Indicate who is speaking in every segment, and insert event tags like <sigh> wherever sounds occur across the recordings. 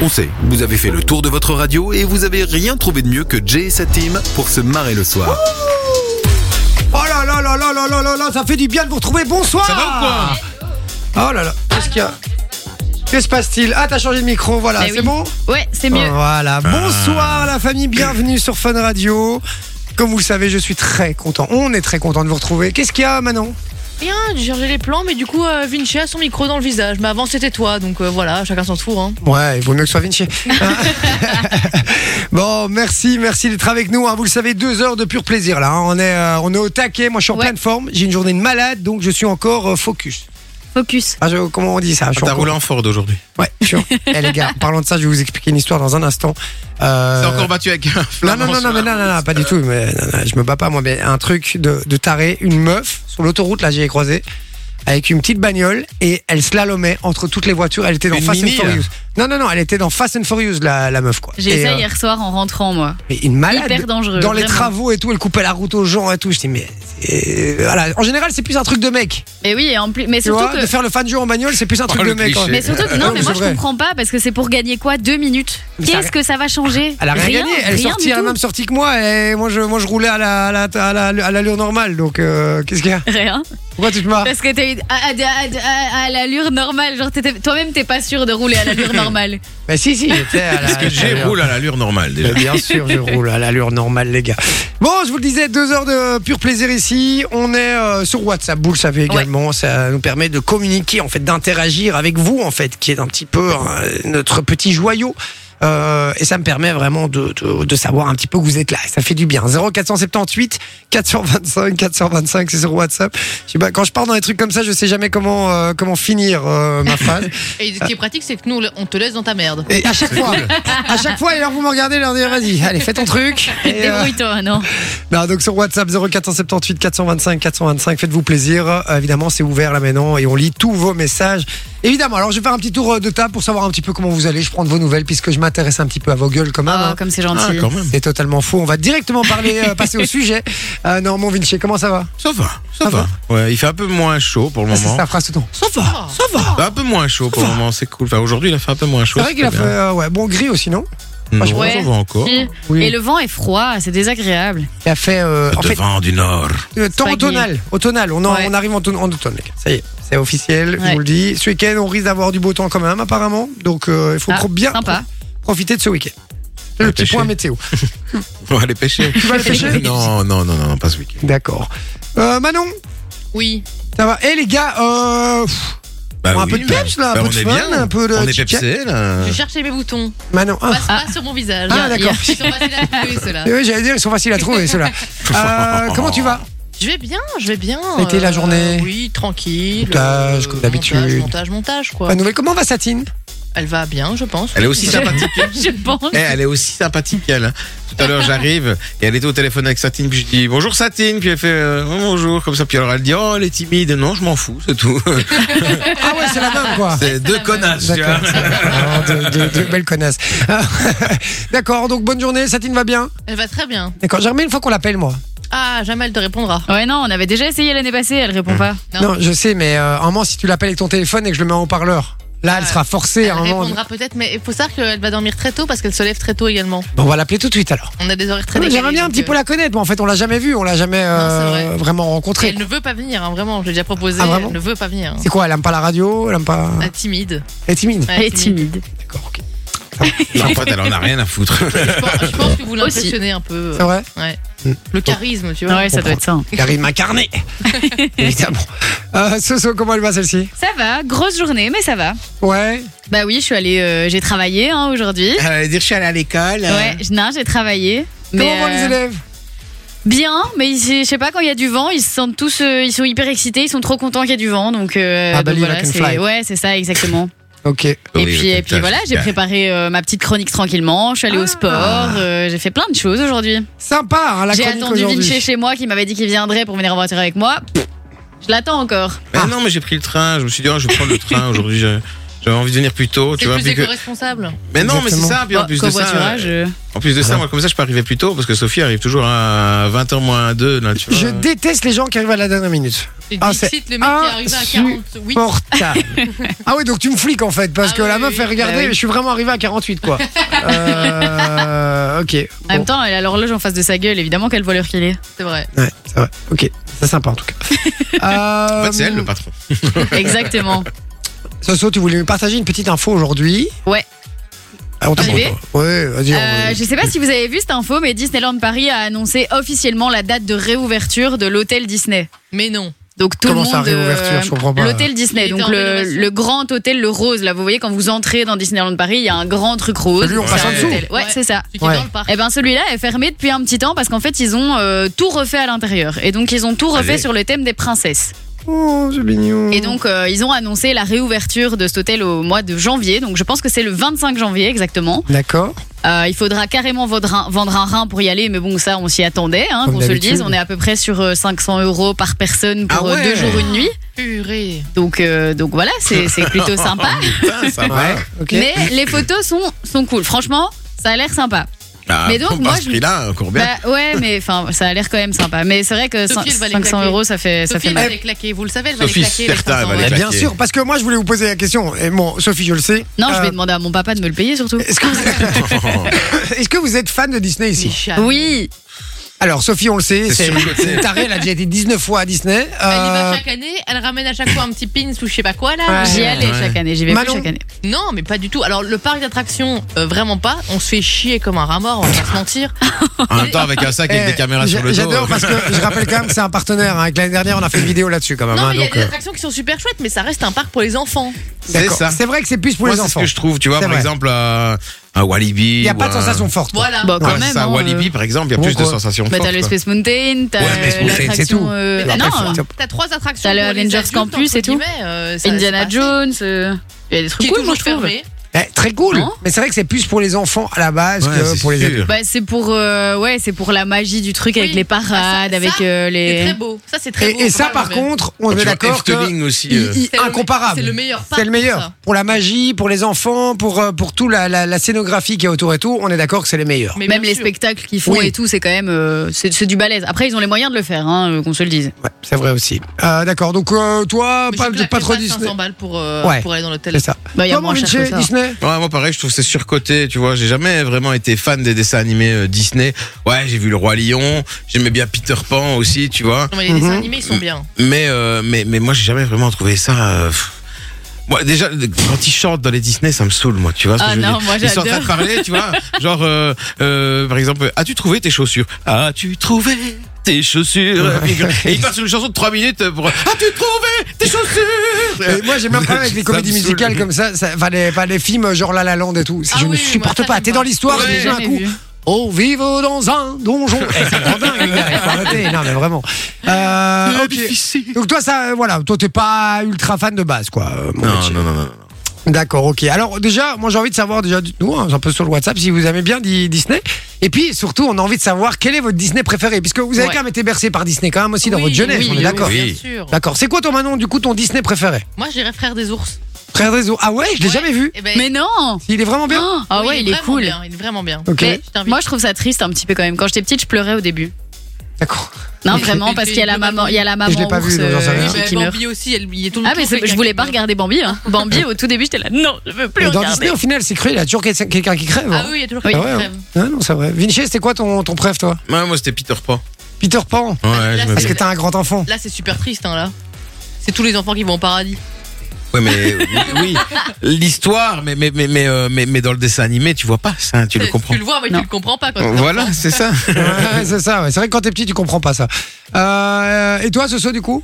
Speaker 1: On sait, vous avez fait le tour de votre radio et vous avez rien trouvé de mieux que Jay et sa team pour se marrer le soir.
Speaker 2: Oh là là là là là là là là, ça fait du bien de vous retrouver. Bonsoir.
Speaker 3: Ça va
Speaker 2: Oh là là, qu'est-ce qu'il y a Que se passe-t-il Ah, t'as changé de micro, voilà,
Speaker 4: Mais
Speaker 2: c'est
Speaker 4: oui.
Speaker 2: bon
Speaker 4: Ouais, c'est
Speaker 2: Ah.
Speaker 4: mieux.
Speaker 2: Voilà.
Speaker 3: Ah.
Speaker 2: Bonsoir la famille, bienvenue sur Fun Radio. Comme vous le savez, je suis très content. On est très content de vous retrouver. Qu'est-ce qu'il y a, Manon
Speaker 4: Bien, j'ai chargé les plans, mais du coup, euh, Vinci a son micro dans le visage. Mais avant, c'était toi, donc euh, voilà, chacun son tour. Hein.
Speaker 2: Ouais, il vaut mieux que ce soit
Speaker 4: <laughs>
Speaker 2: Vinci. <laughs> Hein bon, merci, merci d'être avec nous. hein. Vous le savez, deux heures de pur plaisir là. hein. On est, euh, on est au taquet. Moi, je suis en
Speaker 4: Ouais.
Speaker 2: pleine forme. J'ai une journée de malade, donc je suis encore euh, focus.
Speaker 4: Focus.
Speaker 2: Ah, je- comment on dit ça Je suis
Speaker 3: T'as
Speaker 2: encore-
Speaker 3: roulé en Ford aujourd'hui.
Speaker 2: Ouais, je suis
Speaker 5: <laughs>
Speaker 2: en- Eh, les gars, parlant de ça, je vais vous expliquer une histoire dans un instant. Euh,
Speaker 3: T'es encore battu avec un
Speaker 2: Non,
Speaker 3: flamand
Speaker 2: non, non,
Speaker 3: sur
Speaker 2: non, mais
Speaker 3: la-
Speaker 2: non, non, non, pas du tout. Mais non, non, je me bats pas, moi. Mais un truc de, de taré, une meuf sur l'autoroute, là, j'y ai croisé, avec une petite bagnole et elle slalomait entre toutes les voitures. Elle était dans
Speaker 3: Une
Speaker 2: Fast
Speaker 3: mini,
Speaker 2: and
Speaker 3: là.
Speaker 2: Furious. Non, non, non, elle était dans Fast and Furious, la, la meuf, quoi.
Speaker 5: J'ai
Speaker 2: Et,
Speaker 5: ça
Speaker 2: euh,
Speaker 5: hier soir en rentrant, moi.
Speaker 2: mais une malade.
Speaker 5: Hyper dangereux.
Speaker 2: dans les
Speaker 5: vraiment.
Speaker 2: travaux et tout, elle coupait la route aux gens et tout. Je dis, mais. et, voilà. En général, c'est plus un truc de mec.
Speaker 5: Mais oui, et en plus. Mais
Speaker 2: Tu
Speaker 5: surtout
Speaker 2: vois, de
Speaker 5: que.
Speaker 2: faire le fan jeu en bagnole, c'est plus un truc
Speaker 3: Oh,
Speaker 2: de
Speaker 3: le
Speaker 2: mec.
Speaker 3: cliché.
Speaker 2: hein. <laughs>
Speaker 5: Mais surtout que
Speaker 2: Non,
Speaker 5: non,
Speaker 2: mais
Speaker 5: mais moi
Speaker 2: c'est
Speaker 5: je
Speaker 2: vrai.
Speaker 5: comprends pas parce que c'est pour gagner quoi Deux minutes
Speaker 2: Mais ça
Speaker 5: Qu'est-ce que ça va changer
Speaker 2: Elle a rien, gagné, elle est
Speaker 5: rien
Speaker 2: sortie,
Speaker 5: du
Speaker 2: elle a
Speaker 5: tout.
Speaker 2: même sorti que moi, et moi je, moi je roulais à la, à la, à la- à l'allure normale, donc euh, qu'est-ce qu'il y a
Speaker 5: Rien.
Speaker 2: Pourquoi tu te marres
Speaker 5: Parce que t'es à, à- à- à- à l'allure normale. Genre, t'étais- toi-même, t'es pas sûr de rouler
Speaker 2: <laughs>
Speaker 5: à l'allure normale.
Speaker 2: Mais si, si, j'étais à la-
Speaker 3: Parce que
Speaker 2: à
Speaker 3: j'ai
Speaker 2: la-
Speaker 3: roule à l'allure normale déjà.
Speaker 2: Mais bien sûr, je roule à l'allure normale, les gars. Bon, je vous le disais, deux heures de pur plaisir ici. On est euh, sur WhatsApp, vous le savez également. Ça nous permet de communiquer, en fait, d'interagir avec vous, en fait, qui est un petit peu hein, notre petit joyau. Euh, et ça me permet vraiment de, de- de savoir un petit peu que vous êtes là. Et Ça fait du bien. 0478 425 425, c'est sur WhatsApp. Je sais pas, quand je pars dans des trucs comme ça, je sais jamais comment, euh, comment finir euh, ma phrase.
Speaker 4: Et ce qui est pratique, c'est que nous, on te laisse dans ta merde.
Speaker 2: Et à chaque fois, à chaque fois, et alors vous me regardez, leur dire vas-y, allez, fais ton truc. Et, euh,
Speaker 5: Débrouille-toi, non
Speaker 2: non, donc sur WhatsApp 0478 425 425, faites-vous plaisir. Euh, évidemment, c'est ouvert là maintenant et on lit tous vos messages. Évidemment, alors je vais faire un petit tour euh, de table pour savoir un petit peu comment vous allez. Je prends de vos nouvelles puisque je m'intéresse un petit peu à vos gueules quand même.
Speaker 5: Oh,
Speaker 2: hein.
Speaker 5: comme c'est
Speaker 3: Ah,
Speaker 5: gentil.
Speaker 3: quand même.
Speaker 2: C'est totalement faux. On va directement parler, euh, passer au sujet. Euh, non, mon Vinci, comment ça va
Speaker 3: Ça va, ça,
Speaker 2: Ça
Speaker 3: va. Ah Ouais, il fait un peu moins chaud pour le
Speaker 2: Ah, c'est
Speaker 3: moment.
Speaker 2: sa phrase tout le temps. Ça va, ça va.
Speaker 3: Un peu moins chaud pour le moment, c'est cool. Enfin, aujourd'hui, il a fait un peu moins chaud.
Speaker 2: C'est vrai qu'il a fait
Speaker 3: bien.
Speaker 2: euh, ouais, bon gris aussi, non
Speaker 3: Non,
Speaker 2: franchement,
Speaker 3: ça va encore.
Speaker 5: Si.
Speaker 2: Oh, Oui.
Speaker 5: Et le vent est froid, c'est désagréable.
Speaker 2: Il a fait. euh, en
Speaker 3: Le
Speaker 2: fait,
Speaker 3: vent du nord. <laughs>
Speaker 2: Euh, temps
Speaker 5: Spaghetti.
Speaker 2: automnal, automnal. On, en-
Speaker 5: Ouais.
Speaker 2: on arrive en, ton- en automne, les gars. Ça y est, c'est officiel, je
Speaker 5: Ouais.
Speaker 2: vous le dis. Ce week-end, on risque d'avoir du beau temps quand même, apparemment. Donc, euh, il faut
Speaker 5: Ah,
Speaker 2: pro- bien
Speaker 5: sympa. <laughs>
Speaker 2: pro- profiter de ce week-end. C'est Le
Speaker 3: Aller
Speaker 2: petit
Speaker 3: pêcher.
Speaker 2: point météo.
Speaker 3: On va aller pêcher.
Speaker 2: Tu vas aller pêcher
Speaker 3: Non, non, non, non, pas ce week-end.
Speaker 2: D'accord. Euh, Manon,
Speaker 4: Oui.
Speaker 2: ça va. Eh les gars, euh, pff,
Speaker 3: Bah
Speaker 2: un
Speaker 3: oui,
Speaker 2: peu de
Speaker 3: mais-
Speaker 2: peps là, un
Speaker 3: bah,
Speaker 2: peu
Speaker 3: on
Speaker 2: de
Speaker 3: est
Speaker 2: fun,
Speaker 3: bien.
Speaker 2: un peu de
Speaker 3: On est
Speaker 2: chica-
Speaker 3: pepsé là.
Speaker 4: Je cherche mes boutons.
Speaker 2: Manon, ah.
Speaker 4: Passe pas sur mon visage.
Speaker 2: Ah, d'accord.
Speaker 4: Ils sont faciles à trouver,
Speaker 2: <laughs>
Speaker 4: ceux-là.
Speaker 2: Eh oui, j'allais dire, ils sont faciles à trouver
Speaker 5: <laughs>
Speaker 2: ceux-là. Euh, comment tu vas
Speaker 4: Je vais bien, je vais bien. Euh,
Speaker 2: Ça a été la journée
Speaker 4: Oui, tranquille. Euh,
Speaker 2: Montage, comme d'habitude.
Speaker 4: Montage, montage, montage, quoi.
Speaker 2: Pas de nouvelles. Comment va Satine
Speaker 4: Elle va bien, je pense.
Speaker 3: Elle est aussi sympathique.
Speaker 5: Je pense.
Speaker 3: Eh, elle est aussi sympathique elle. hein. Tout à l'heure j'arrive et elle était au téléphone avec Satine puis je dis bonjour Satine puis elle fait euh, Oh, bonjour comme ça puis alors elle dit oh elle est timide non je m'en fous c'est tout.
Speaker 2: Ah ouais, c'est la même quoi.
Speaker 3: <laughs> C'est deux connasses. tu vois.
Speaker 2: D'accord. Ah, de, de- de belles connasses. <laughs> Ah, D'accord, donc bonne journée, Satine va bien
Speaker 4: Elle va très bien.
Speaker 2: D'accord, j'ai remis une fois qu'on l'appelle moi.
Speaker 4: Ah, jamais elle te répondra.
Speaker 5: Ouais, non, on avait déjà essayé l'année passée, elle répond pas.
Speaker 2: Non, je sais, mais euh, à un moment, si tu l'appelles avec ton téléphone et que je le mets en haut-parleur, là, elle
Speaker 4: Ouais.
Speaker 2: sera forcée
Speaker 4: Elle
Speaker 2: à un moment.
Speaker 4: répondra peut-être, mais il faut savoir qu'elle va dormir très tôt parce qu'elle se lève très tôt également.
Speaker 2: Bon, on va l'appeler tout de suite alors.
Speaker 4: On a des horaires très décalés.
Speaker 2: Oh, J'aimerais bien un
Speaker 4: donc, euh,
Speaker 2: petit peu la connaître, mais en fait, on l'a jamais vue, on l'a jamais euh,
Speaker 4: Non, c'est vrai.
Speaker 2: vraiment
Speaker 4: Et
Speaker 2: rencontrée.
Speaker 4: elle ne veut pas venir, hein, vraiment. Je l'ai déjà proposé.
Speaker 2: Ah, vraiment
Speaker 4: elle ne veut pas venir.
Speaker 2: C'est quoi Elle aime pas la radio Elle aime pas.
Speaker 4: Elle est timide.
Speaker 2: Ah, Elle est timide
Speaker 4: Ouais,
Speaker 5: Elle est timide.
Speaker 2: D'accord, ok.
Speaker 3: Non, en fait elle en a rien
Speaker 2: <laughs>
Speaker 3: à foutre.
Speaker 4: Je pense, je pense que vous
Speaker 5: Aussi.
Speaker 4: l'impressionnez un peu.
Speaker 2: C'est vrai
Speaker 4: Ouais.
Speaker 2: Mm.
Speaker 4: Le charisme, tu vois.
Speaker 5: Ouais, ça doit être ça. hein.
Speaker 2: Il arrive m'incarner Évidemment. Euh, Soso, comment elle va celle-ci
Speaker 5: Ça va, grosse journée, mais ça va.
Speaker 2: Ouais.
Speaker 5: Bah oui, je suis allée, euh, j'ai travaillé hein, aujourd'hui.
Speaker 3: Elle allait dire je suis allée à l'école. euh.
Speaker 5: Ouais, je- non, j'ai travaillé.
Speaker 2: Comment
Speaker 5: mais,
Speaker 2: vont les
Speaker 5: euh,
Speaker 2: élèves
Speaker 5: Bien, mais ils- je sais pas quand il y a du vent, ils se sentent tous, euh, ils sont hyper excités, ils sont trop contents qu'il y a du vent, donc. euh,
Speaker 2: Ah, bah,
Speaker 5: donc
Speaker 2: lui,
Speaker 5: voilà,
Speaker 2: I can
Speaker 5: c'est-
Speaker 2: fly.
Speaker 5: ouais, c'est ça exactement.
Speaker 2: Ok.
Speaker 3: Oui,
Speaker 5: et puis, et
Speaker 3: putain,
Speaker 5: puis voilà, j'ai
Speaker 3: putain.
Speaker 5: préparé euh, ma petite chronique tranquillement. Je suis
Speaker 2: Ah.
Speaker 5: allée au sport, euh, j'ai fait plein de choses aujourd'hui.
Speaker 2: Sympa, hein, la
Speaker 5: J'ai
Speaker 2: chronique
Speaker 5: attendu Vinci
Speaker 2: aujourd'hui.
Speaker 5: chez moi qui m'avait dit qu'il viendrait pour venir en voiture avec moi. Je l'attends encore.
Speaker 2: Ah. <laughs>
Speaker 3: Mais non mais j'ai pris le train je me suis dit oh, je vais prendre le train aujourd'hui. je- J'avais J'avais envie de venir plus tôt, tu
Speaker 4: C'est
Speaker 3: vois.
Speaker 4: plus
Speaker 3: puis que-
Speaker 4: éco-responsable.
Speaker 3: Mais non, mais c'est
Speaker 2: Exactement.
Speaker 3: ça. Puis en plus de ça,
Speaker 5: Covoiturage, euh,
Speaker 3: en plus de ça,
Speaker 2: Voilà.
Speaker 3: moi comme ça, je peux arriver plus tôt parce que Sophie arrive toujours à 20h moins 2 là, tu vois.
Speaker 2: Je déteste les gens qui arrivent à la dernière minute.
Speaker 4: C'est
Speaker 2: Ah,
Speaker 4: Dixit, le mec qui est arrivé à 48. <laughs>
Speaker 2: Portable. ah oui, donc tu me fliques en fait, parce
Speaker 4: Ah
Speaker 2: que la
Speaker 4: oui,
Speaker 2: meuf
Speaker 4: oui.
Speaker 2: est regardée,
Speaker 5: Bah oui.
Speaker 2: mais je suis vraiment arrivé à 48
Speaker 4: <laughs>
Speaker 2: quoi. euh, ok.
Speaker 5: En
Speaker 4: Ah,
Speaker 5: même
Speaker 2: Bon.
Speaker 5: temps, elle a l'horloge en face de sa gueule, évidemment qu'elle voit l'heure qu'il est.
Speaker 4: C'est vrai.
Speaker 2: Ouais, c'est vrai. Ok, c'est sympa en tout cas. <laughs>
Speaker 3: En
Speaker 2: Euh,
Speaker 3: fait, c'est elle le patron.
Speaker 5: Exactement.
Speaker 2: Soso, tu voulais me partager une petite info aujourd'hui
Speaker 5: Ouais.
Speaker 2: Ah, on t'entend,
Speaker 5: J'y vais
Speaker 2: toi. Ouais, vas-y.
Speaker 5: Euh,
Speaker 2: on-
Speaker 5: je sais pas si vous avez vu cette info, mais Disneyland Paris a annoncé officiellement la date de réouverture de l'hôtel Disney.
Speaker 4: Mais non.
Speaker 5: Donc tout
Speaker 2: Comment
Speaker 5: le
Speaker 2: ça,
Speaker 5: monde. euh,
Speaker 2: réouverture Je comprends pas.
Speaker 5: L'hôtel Disney,
Speaker 4: Il
Speaker 5: donc
Speaker 4: était en
Speaker 5: le,
Speaker 4: rénovation.
Speaker 5: le grand hôtel, le rose. Là, vous voyez quand vous entrez dans Disneyland Paris, il y a un grand truc rose.
Speaker 2: Celui où on
Speaker 5: C'est
Speaker 2: passe en
Speaker 5: un
Speaker 2: dessous.
Speaker 5: hôtel. Ouais,
Speaker 4: Ouais.
Speaker 5: c'est ça.
Speaker 4: Celui qui
Speaker 2: Ouais.
Speaker 4: est dans le parc.
Speaker 5: Et ben celui-là est fermé depuis un petit temps parce qu'en fait ils ont euh, tout refait à l'intérieur et donc ils ont tout refait
Speaker 3: Allez.
Speaker 5: sur le thème des princesses.
Speaker 2: Oh, c'est mignon.
Speaker 5: Et donc, euh, ils ont annoncé la réouverture de cet hôtel au mois de janvier. Donc, je pense que c'est le 25 janvier exactement.
Speaker 2: D'accord.
Speaker 5: Euh, il faudra carrément vendre un, vendre un rein pour y aller, mais bon, ça, on s'y attendait, hein,
Speaker 2: Comme
Speaker 5: qu'on se le
Speaker 2: d'habitude.
Speaker 5: dise. On est à peu près sur euh, 500 euros par personne pour
Speaker 3: Ah
Speaker 5: euh,
Speaker 3: ouais.
Speaker 5: deux jours, une nuit.
Speaker 4: Purée.
Speaker 5: Donc, euh, donc voilà, c'est c'est plutôt sympa.
Speaker 3: Putain, ça va.
Speaker 2: Ouais, ok.
Speaker 5: Mais les photos sont, sont cool. Franchement, ça a l'air sympa.
Speaker 3: Bah,
Speaker 5: Mais
Speaker 3: <laughs>
Speaker 5: donc,
Speaker 3: à
Speaker 5: moi,
Speaker 3: ce
Speaker 5: je-
Speaker 3: prix-là, Courbet.
Speaker 5: Bah, ouais, mais enfin, ça a l'air quand même sympa. Mais c'est vrai que
Speaker 4: Sophie,
Speaker 5: cin-
Speaker 4: elle va les
Speaker 5: 500
Speaker 4: claquer.
Speaker 5: euros, ça fait, ça
Speaker 4: Sophie,
Speaker 5: fait
Speaker 4: elle va
Speaker 5: mal.
Speaker 4: les claquer. Vous le savez, elle va les
Speaker 3: Sophie,
Speaker 4: claquer. les
Speaker 3: certain, elle va
Speaker 4: 500,
Speaker 3: les
Speaker 4: ouais.
Speaker 2: Eh bien
Speaker 3: claquer.
Speaker 2: sûr, parce que moi je voulais vous poser la question. Et bon, Sophie, je le sais.
Speaker 5: Non, je
Speaker 2: Euh,
Speaker 5: vais demander à mon papa de me le payer surtout.
Speaker 2: Est-ce que, vous- Est-ce que vous êtes fan de Disney ici
Speaker 4: Micha.
Speaker 5: Oui,
Speaker 2: Alors, Sophie, on le sait,
Speaker 3: C'est
Speaker 2: c'est
Speaker 3: surcoté.
Speaker 2: une tarée, elle a déjà été 19 fois à Disney.
Speaker 4: Elle y va
Speaker 2: Euh,
Speaker 4: chaque année, elle ramène à chaque fois un petit pins ou je sais pas quoi là.
Speaker 2: Ouais.
Speaker 5: j'y allais
Speaker 3: Ouais.
Speaker 5: chaque année, j'y vais
Speaker 2: Manon.
Speaker 5: plus chaque année.
Speaker 4: Non, mais pas du tout. Alors le parc d'attractions, euh, vraiment pas. On se fait chier comme un rat mort, on va pas se mentir.
Speaker 5: Bah,
Speaker 3: En même temps, avec un sac avec
Speaker 2: eh,
Speaker 3: des caméras sur le
Speaker 2: j'a-
Speaker 3: dos. <laughs>
Speaker 2: J'adore parce que je rappelle quand même que c'est un partenaire. Hein, que L'année dernière, on a fait une vidéo là-dessus
Speaker 3: Ah
Speaker 2: quand même.
Speaker 4: Non,
Speaker 3: bah,
Speaker 2: hein,
Speaker 4: mais il y a
Speaker 2: donc,
Speaker 4: des
Speaker 2: euh,
Speaker 4: attractions qui sont super chouettes, mais ça reste un parc pour les enfants.
Speaker 3: C'est
Speaker 2: d'accord.
Speaker 3: ça.
Speaker 2: C'est vrai que c'est plus pour les
Speaker 3: Moi, c'est ce
Speaker 2: enfants.
Speaker 3: que je trouve, tu vois,
Speaker 2: C'est
Speaker 3: par
Speaker 2: vrai.
Speaker 3: exemple, un un Walibi.
Speaker 2: Il n'y a
Speaker 3: ou
Speaker 2: pas de
Speaker 3: un-
Speaker 2: sensation forte. quoi.
Speaker 4: Voilà.
Speaker 5: Bah,
Speaker 3: Ouais,
Speaker 5: quand
Speaker 3: c'est
Speaker 5: même.
Speaker 3: ça,
Speaker 5: hein,
Speaker 3: Walibi, par exemple, il y a
Speaker 2: bon,
Speaker 3: plus de
Speaker 2: quoi.
Speaker 3: sensations
Speaker 5: Bah, t'as
Speaker 3: fortes,
Speaker 5: le
Speaker 3: quoi.
Speaker 5: Space Mountain, t'as
Speaker 2: Ouais, mais
Speaker 5: euh,
Speaker 2: c'est- c'est
Speaker 5: l'attraction.
Speaker 2: tout.
Speaker 5: euh,
Speaker 2: Après,
Speaker 5: non,
Speaker 2: c'est-
Speaker 4: T'as trois attractions.
Speaker 5: T'as le
Speaker 4: pour les
Speaker 5: Avengers
Speaker 4: adultes,
Speaker 5: Campus
Speaker 4: entre
Speaker 5: et tout.
Speaker 4: guillemets, euh, ça- c'est
Speaker 5: Indiana
Speaker 4: pas-
Speaker 5: Jones. euh, Il y a des trucs
Speaker 4: Qui est
Speaker 5: cool, moi
Speaker 4: toujours
Speaker 5: je trouve.
Speaker 4: fermé.
Speaker 2: Eh, très cool.
Speaker 5: Non
Speaker 2: mais c'est vrai que c'est plus pour les enfants à la base
Speaker 3: Ouais,
Speaker 2: que
Speaker 3: c'est
Speaker 2: pour les
Speaker 3: sûr.
Speaker 2: adultes.
Speaker 5: Bah, c'est pour, euh, ouais, c'est pour la magie du truc avec
Speaker 4: Oui.
Speaker 5: les
Speaker 4: Ah,
Speaker 5: parades,
Speaker 4: ça-
Speaker 5: avec
Speaker 4: ça,
Speaker 5: euh,
Speaker 4: C'est
Speaker 5: les.
Speaker 4: très beau. Ça, c'est très
Speaker 2: Et,
Speaker 4: beau.
Speaker 2: et
Speaker 4: faut
Speaker 2: ça,
Speaker 4: pas
Speaker 2: par
Speaker 4: le nommer.
Speaker 2: contre, on
Speaker 3: Tu
Speaker 2: est
Speaker 3: vois,
Speaker 2: d'accord que
Speaker 3: Efteling aussi.
Speaker 2: il-
Speaker 3: euh,
Speaker 2: il-
Speaker 4: C'est le-
Speaker 2: incomparable.
Speaker 4: C'est le meilleur parc.
Speaker 2: C'est le meilleur.
Speaker 4: pour
Speaker 2: Pour,
Speaker 4: ça.
Speaker 2: la magie, pour les enfants, pour, euh, pour tout la, la, la scénographie qui est autour et tout, on est d'accord que c'est les meilleurs.
Speaker 4: Mais
Speaker 5: Même
Speaker 4: bien
Speaker 5: les
Speaker 4: sûr.
Speaker 5: spectacles qu'ils font
Speaker 2: Oui.
Speaker 5: et tout, c'est quand même. euh, c'est c'est du balèze. Après, ils ont les moyens de le faire, hein, euh, qu'on se le dise.
Speaker 2: Ouais, c'est vrai aussi. Euh, d'accord, donc euh, toi,
Speaker 4: Mais
Speaker 2: pas,
Speaker 4: je claque
Speaker 2: pas trop
Speaker 4: pas 500
Speaker 2: Disney.
Speaker 4: balles pour, euh,
Speaker 2: Ouais.
Speaker 4: pour aller dans l'hôtel.
Speaker 2: C'est ça.
Speaker 5: Bah, il y a
Speaker 2: Toi, mon
Speaker 5: moins cher
Speaker 2: Vinci,
Speaker 5: que ça.
Speaker 2: Disney
Speaker 3: Ouais, moi pareil, je trouve que c'est surcoté, tu vois. J'ai jamais vraiment été fan des dessins animés euh, Disney. Ouais, j'ai vu le Roi Lion, j'aimais bien Peter Pan aussi, tu vois.
Speaker 4: Non, mais les dessins
Speaker 2: Mhm.
Speaker 4: animés, ils sont bien.
Speaker 3: Mais, euh, mais, mais moi, j'ai jamais vraiment trouvé ça. euh, pff. Moi, déjà, le- quand ils chantent dans les Disney, ça me saoule, moi, tu vois. ce que
Speaker 5: Ah
Speaker 3: je veux
Speaker 5: non,
Speaker 3: dire.
Speaker 5: moi,
Speaker 3: Ils sont en train de
Speaker 5: j'adore.
Speaker 3: parler,
Speaker 5: <laughs>
Speaker 3: tu vois. Genre, euh, euh, par exemple, as-tu trouvé tes chaussures As-tu trouvé tes chaussures
Speaker 2: <laughs>
Speaker 3: Et ils partent sur une chanson de 3 minutes pour As-tu trouvé tes
Speaker 2: Et
Speaker 3: chaussures
Speaker 2: moi j'ai même pas avec les
Speaker 3: Ça
Speaker 2: comédies
Speaker 3: me saoule.
Speaker 2: musicales comme ça, ça enfin, les, pas les films genre La La Land et tout.
Speaker 4: Ah
Speaker 2: je ne
Speaker 4: oui,
Speaker 2: supporte
Speaker 4: moi,
Speaker 2: pas.
Speaker 4: ça j'aime
Speaker 2: T'es dans
Speaker 4: pas.
Speaker 2: l'histoire
Speaker 3: Ouais,
Speaker 2: et tout
Speaker 5: J'ai
Speaker 2: d'un
Speaker 5: jamais
Speaker 2: coup.
Speaker 5: vu.
Speaker 2: On vive dans un donjon. Eh, c'est trop dingue, les gars, il faut arrêter. Non, mais vraiment.
Speaker 3: Ah,
Speaker 2: Euh, ok.
Speaker 3: Difficile.
Speaker 2: Donc toi, ça, euh, voilà, toi t'es pas ultra fan de base, quoi. euh, mon
Speaker 3: Non,
Speaker 2: Vinci.
Speaker 3: non, non, non.
Speaker 2: D'accord, ok. Alors déjà, moi j'ai envie de savoir déjà, dites-nous hein, un peu sur le WhatsApp si vous aimez bien Di- Disney. Et puis surtout, on a envie de savoir quel est votre Disney préféré, puisque vous avez
Speaker 4: Ouais.
Speaker 2: quand même été bercé par Disney quand même aussi dans
Speaker 4: Oui,
Speaker 2: votre jeunesse.
Speaker 4: oui,
Speaker 2: on est
Speaker 4: oui,
Speaker 2: d'accord.
Speaker 4: oui,
Speaker 3: Oui.
Speaker 4: Bien sûr.
Speaker 2: D'accord. C'est quoi ton Manon, du coup, ton Disney préféré
Speaker 4: Moi, j'irais Frère des ours.
Speaker 2: Frère des Eaux. Ah ouais, je l'ai
Speaker 4: Ouais. Oh.
Speaker 2: jamais vu.
Speaker 4: Eh ben,
Speaker 5: Mais non
Speaker 2: Il est vraiment bien.
Speaker 5: Ah, Ah
Speaker 4: oui,
Speaker 5: ouais, il est
Speaker 4: vraiment
Speaker 5: cool.
Speaker 4: bien, Il est vraiment bien.
Speaker 2: Ok.
Speaker 5: Mais
Speaker 4: Je t'invite.
Speaker 5: moi, je trouve ça triste un petit peu quand même. Quand j'étais petite, je pleurais au début.
Speaker 2: D'accord. <laughs>
Speaker 5: Non,
Speaker 4: Mais-
Speaker 5: vraiment, parce qu'il y a la maman, il y a la maman
Speaker 2: Je l'ai pas
Speaker 5: ours,
Speaker 2: vu, donc j'en sais
Speaker 5: euh,
Speaker 2: rien.
Speaker 4: Oui,
Speaker 5: qui-
Speaker 4: mais
Speaker 5: qui meurt.
Speaker 4: Bambi aussi, elle, il est tout le
Speaker 5: Ah
Speaker 4: temps
Speaker 5: mais c'est-
Speaker 4: quelqu'un
Speaker 5: je voulais
Speaker 4: qui
Speaker 5: pas
Speaker 4: meurt.
Speaker 5: regarder Bambi.
Speaker 4: <laughs>
Speaker 5: Hein. Bambi au tout début j'étais là non je veux plus
Speaker 2: Mais dans
Speaker 5: regarder.
Speaker 2: Disney, au final, c'est cru. Il y a toujours quelqu'un quelqu'un qui crève.
Speaker 4: Ah
Speaker 2: hein.
Speaker 4: oui, il y a toujours
Speaker 5: Oui.
Speaker 4: quelqu'un
Speaker 2: Ah ouais,
Speaker 4: qui
Speaker 2: ouais.
Speaker 4: crève.
Speaker 2: Ouais, non, c'est vrai. Vinci, c'était quoi ton, ton préf, toi
Speaker 3: Ouais, moi, c'était Peter Pan.
Speaker 2: Peter Pan.
Speaker 3: Ouais,
Speaker 4: Ah, là,
Speaker 3: je me-
Speaker 2: Parce
Speaker 4: c'est-
Speaker 2: que t'es un grand
Speaker 3: <laughs>
Speaker 2: enfant.
Speaker 4: Là, c'est super triste, hein, là. C'est tous les enfants qui vont au paradis.
Speaker 3: Ouais, mais oui, oui, l'histoire, mais mais mais mais, euh, mais mais dans le dessin animé, tu vois pas ça, hein, tu le
Speaker 4: C'est-
Speaker 3: comprends.
Speaker 4: Tu le vois, mais
Speaker 5: Non.
Speaker 4: tu le comprends pas. Quand tu
Speaker 3: Voilà, c'est ça.
Speaker 2: Ouais, c'est ça. ouais. C'est vrai que quand t'es petit, tu comprends pas ça. Euh, et toi, Soso, du coup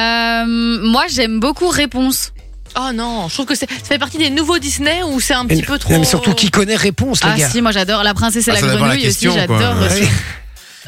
Speaker 5: Euh, moi j'aime beaucoup réponse.
Speaker 4: Oh non, je trouve que c'est- ça fait partie des nouveaux Disney où c'est un petit peu trop.
Speaker 2: Mais surtout, qui connaît réponse, les
Speaker 5: Ah
Speaker 2: gars
Speaker 5: si moi j'adore la princesse et
Speaker 3: Ah,
Speaker 5: la
Speaker 3: ça dépend de la
Speaker 5: grenouille aussi
Speaker 3: question, quoi.
Speaker 5: j'adore.
Speaker 3: Ouais.
Speaker 5: aussi.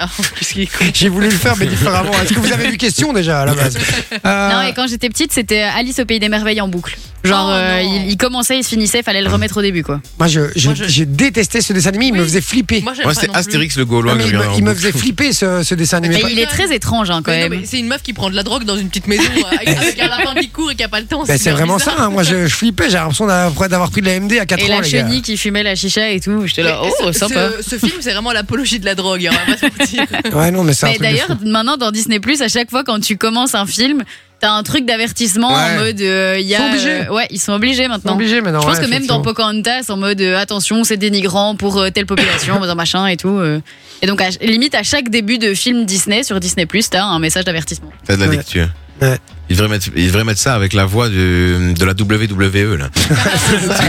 Speaker 4: Ah, <laughs> qu'est-ce qu'il est con.
Speaker 2: J'ai voulu le faire, mais
Speaker 4: <laughs>
Speaker 2: différemment. Est-ce que vous avez vu question déjà à la base Euh, <laughs>
Speaker 5: Non et quand j'étais petite c'était Alice au pays des merveilles en boucle. Genre,
Speaker 4: Oh,
Speaker 5: euh,
Speaker 4: non.
Speaker 5: il, il commençait, il se finissait, fallait le remettre au début, quoi.
Speaker 2: Moi, je, je-
Speaker 4: Moi, je-
Speaker 2: j'ai détesté ce dessin animé, il me
Speaker 4: Oui.
Speaker 2: faisait flipper.
Speaker 4: Moi, j'aime
Speaker 3: Moi,
Speaker 4: pas
Speaker 3: c'était
Speaker 4: non plus.
Speaker 3: Astérix le Gaulois.
Speaker 2: Non, mais
Speaker 3: que je
Speaker 2: il me,
Speaker 3: regardais
Speaker 2: il me
Speaker 3: en
Speaker 2: faisait
Speaker 3: boucle.
Speaker 2: flipper ce, ce dessin
Speaker 5: Mais
Speaker 2: animé.
Speaker 5: il est très étrange, hein, quand
Speaker 4: Mais non,
Speaker 5: même.
Speaker 4: mais c'est une meuf qui prend de la drogue dans une petite maison euh,
Speaker 2: <laughs>
Speaker 4: avec, avec un lapin qui court et qui a pas le temps.
Speaker 2: Ben, c'est
Speaker 4: super
Speaker 2: vraiment ça,
Speaker 4: bizarre.
Speaker 2: hein. moi je, je flippais, j'ai l'impression d'avoir d'avoir pris de la MD à 4
Speaker 5: Et
Speaker 2: ans.
Speaker 5: la
Speaker 2: les gars.
Speaker 5: chenille qui fumait la chicha et tout. J'étais là,
Speaker 4: Mais
Speaker 5: oh,
Speaker 4: ce,
Speaker 5: sympa.
Speaker 4: ce- ce film, c'est vraiment l'apologie de la drogue. hein, on va pas se mentir.
Speaker 5: <laughs>
Speaker 2: Ouais, non, mais c'est un
Speaker 5: Mais
Speaker 2: truc de
Speaker 5: d'ailleurs,
Speaker 2: fou.
Speaker 5: maintenant dans Disney Plus, à chaque fois quand tu commences un film, t'as un truc d'avertissement en
Speaker 3: Ouais.
Speaker 5: mode, euh, il y
Speaker 2: Ils sont
Speaker 5: a,
Speaker 2: obligés.
Speaker 5: ouais, ils sont obligés
Speaker 2: T'es
Speaker 5: maintenant.
Speaker 2: obligé maintenant.
Speaker 5: Je pense
Speaker 2: ouais,
Speaker 5: que même dans Pocahontas, en mode euh, attention, c'est dénigrant pour euh,
Speaker 2: <coughs>
Speaker 5: telle population, dans machin et tout. euh. Et donc, à ch- limite, à chaque début de film Disney sur Disney, t'as un message d'avertissement.
Speaker 3: T'as de la
Speaker 2: Ouais.
Speaker 3: lecture.
Speaker 2: Ouais.
Speaker 3: Il devrait mettre, il devrait mettre ça avec la voix de, de la WWE là.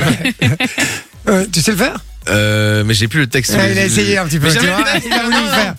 Speaker 2: effectivement. Ouais, tu sais le faire
Speaker 3: Euh, mais j'ai plus le texte. sous
Speaker 2: Ouais,
Speaker 3: les
Speaker 2: Il a
Speaker 3: yeux.
Speaker 2: essayé un petit peu.
Speaker 3: Mais
Speaker 2: tu
Speaker 3: j'avais
Speaker 2: vois,
Speaker 3: le texte.
Speaker 2: il a voulu le faire.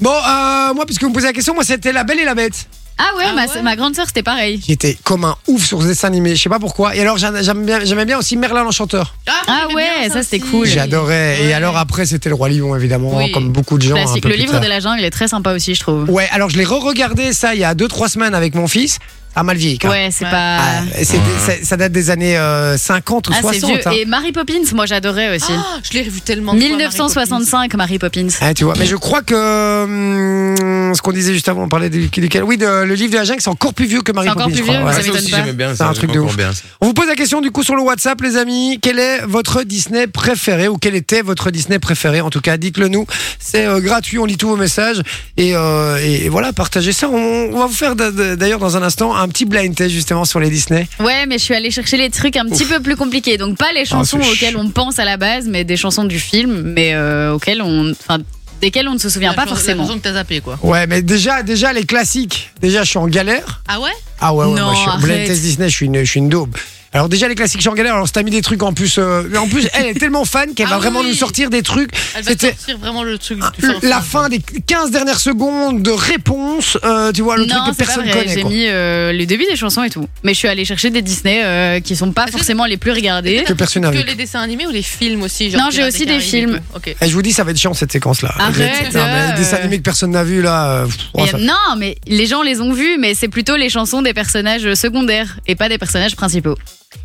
Speaker 2: Bon, euh, moi, puisque vous me posez la question, moi c'était La Belle et la Bête.
Speaker 5: Ah ouais,
Speaker 4: Ah
Speaker 5: ma,
Speaker 4: ouais.
Speaker 5: ma grande sœur, c'était pareil.
Speaker 2: J'étais comme un ouf sur ce dessin animé, je sais pas pourquoi. Et alors j'aime j'aime bien, j'aimais bien aussi Merlin l'Enchanteur.
Speaker 5: Ah
Speaker 4: j'aimais
Speaker 5: ouais,
Speaker 4: bien
Speaker 5: ça, c'était
Speaker 4: aussi.
Speaker 5: cool. Oui.
Speaker 2: J'adorais. Et
Speaker 4: Ouais.
Speaker 2: alors après c'était le Roi Lion évidemment,
Speaker 5: Oui.
Speaker 2: comme beaucoup de gens. un
Speaker 5: Classique.
Speaker 2: peu
Speaker 5: Le
Speaker 2: plus
Speaker 5: livre
Speaker 2: tard.
Speaker 5: de la jungle, il est très sympa aussi, je trouve.
Speaker 2: Ouais, alors je l'ai re-regardé ça il y a 2-3 semaines avec mon fils à Malvie.
Speaker 5: Ouais, c'est
Speaker 4: Ouais.
Speaker 5: pas.
Speaker 2: Ah, ça, ça date des années euh, 50 ou
Speaker 5: Ah, c'est
Speaker 2: 60.
Speaker 5: vieux.
Speaker 2: hein.
Speaker 5: Et Mary Poppins, moi, j'adorais aussi.
Speaker 4: Ah, je l'ai revu tellement. de fois, Mary Poppins.
Speaker 5: 1965, Mary Poppins.
Speaker 2: Hein, tu vois, mais je crois que hum, ce qu'on disait juste avant, on parlait du- duquel. Oui, de- le livre de la jungle, c'est encore plus vieux que Marie
Speaker 5: C'est encore
Speaker 2: Poppins. je
Speaker 5: plus
Speaker 2: crois.
Speaker 5: vieux,
Speaker 2: Ouais.
Speaker 5: ça
Speaker 3: Ouais, ça
Speaker 5: m'étonne
Speaker 3: aussi,
Speaker 5: pas.
Speaker 3: j'aimais bien
Speaker 2: C'est un
Speaker 3: ça,
Speaker 2: truc de
Speaker 3: j'aimais
Speaker 2: ouf.
Speaker 3: encore bien ça.
Speaker 2: On vous pose la question du coup sur le WhatsApp, les amis. Quel est votre Disney préféré ou quel était votre Disney préféré En tout cas, dites-le nous. C'est euh, gratuit, on lit tous vos messages et, euh, et- et voilà, partagez ça. On, on va vous faire d- d- d'ailleurs dans un instant un petit blind test justement sur les Disney.
Speaker 5: Ouais, mais je suis allée chercher les trucs un petit peu plus compliqués. Donc, pas les chansons
Speaker 2: Ah, c'est
Speaker 5: auxquelles on pense à la base, mais des chansons du film, mais euh, auxquelles on. Enfin, desquelles on ne se souvient
Speaker 4: La
Speaker 5: pas
Speaker 4: chanson- la
Speaker 5: forcément.
Speaker 4: chanson que t'as zappé, quoi.
Speaker 2: Ouais, mais déjà, déjà les classiques. Déjà, je suis en galère.
Speaker 4: Ah ouais
Speaker 2: Ah ouais, ouais,
Speaker 5: Non,
Speaker 2: moi, je suis
Speaker 5: arrête.
Speaker 2: blind test Disney, je suis une, je suis une daube. Alors déjà les classiques, je suis en galère. Alors, t'as mis des trucs en plus. euh, en plus, elle est tellement fan
Speaker 5: <laughs>
Speaker 2: qu'elle
Speaker 4: Ah
Speaker 2: va vraiment
Speaker 4: oui.
Speaker 2: nous sortir des trucs.
Speaker 4: Elle va
Speaker 2: C'était- Ah,
Speaker 4: sortir vraiment le truc du
Speaker 2: La fin des 15 dernières secondes de réponse, euh, tu vois, le
Speaker 5: non,
Speaker 2: truc que
Speaker 5: c'est pas
Speaker 2: personne
Speaker 5: vrai.
Speaker 2: connaît.
Speaker 5: J'ai
Speaker 2: quoi.
Speaker 5: mis euh, les débuts des chansons et tout. Mais je suis allée chercher des Disney euh, qui sont pas
Speaker 4: Est-ce que-
Speaker 5: forcément les plus regardés.
Speaker 2: Que personne n'a
Speaker 4: Que
Speaker 2: vu.
Speaker 4: les dessins animés ou les films aussi genre
Speaker 5: Non, j'ai
Speaker 4: Pirates
Speaker 5: aussi
Speaker 4: des
Speaker 5: des
Speaker 4: Caraïbes et
Speaker 5: films.
Speaker 4: tout. Ok.
Speaker 2: Eh, je vous dis, ça va être chiant cette séquence là.
Speaker 5: Arrête,
Speaker 2: Non, mais
Speaker 5: euh.
Speaker 2: Des animés que personne n'a vu là. euh, pff,
Speaker 5: Et,
Speaker 2: oh, ça-
Speaker 5: non, mais les gens les ont vus, mais c'est plutôt les chansons des personnages euh, secondaires et pas des personnages principaux.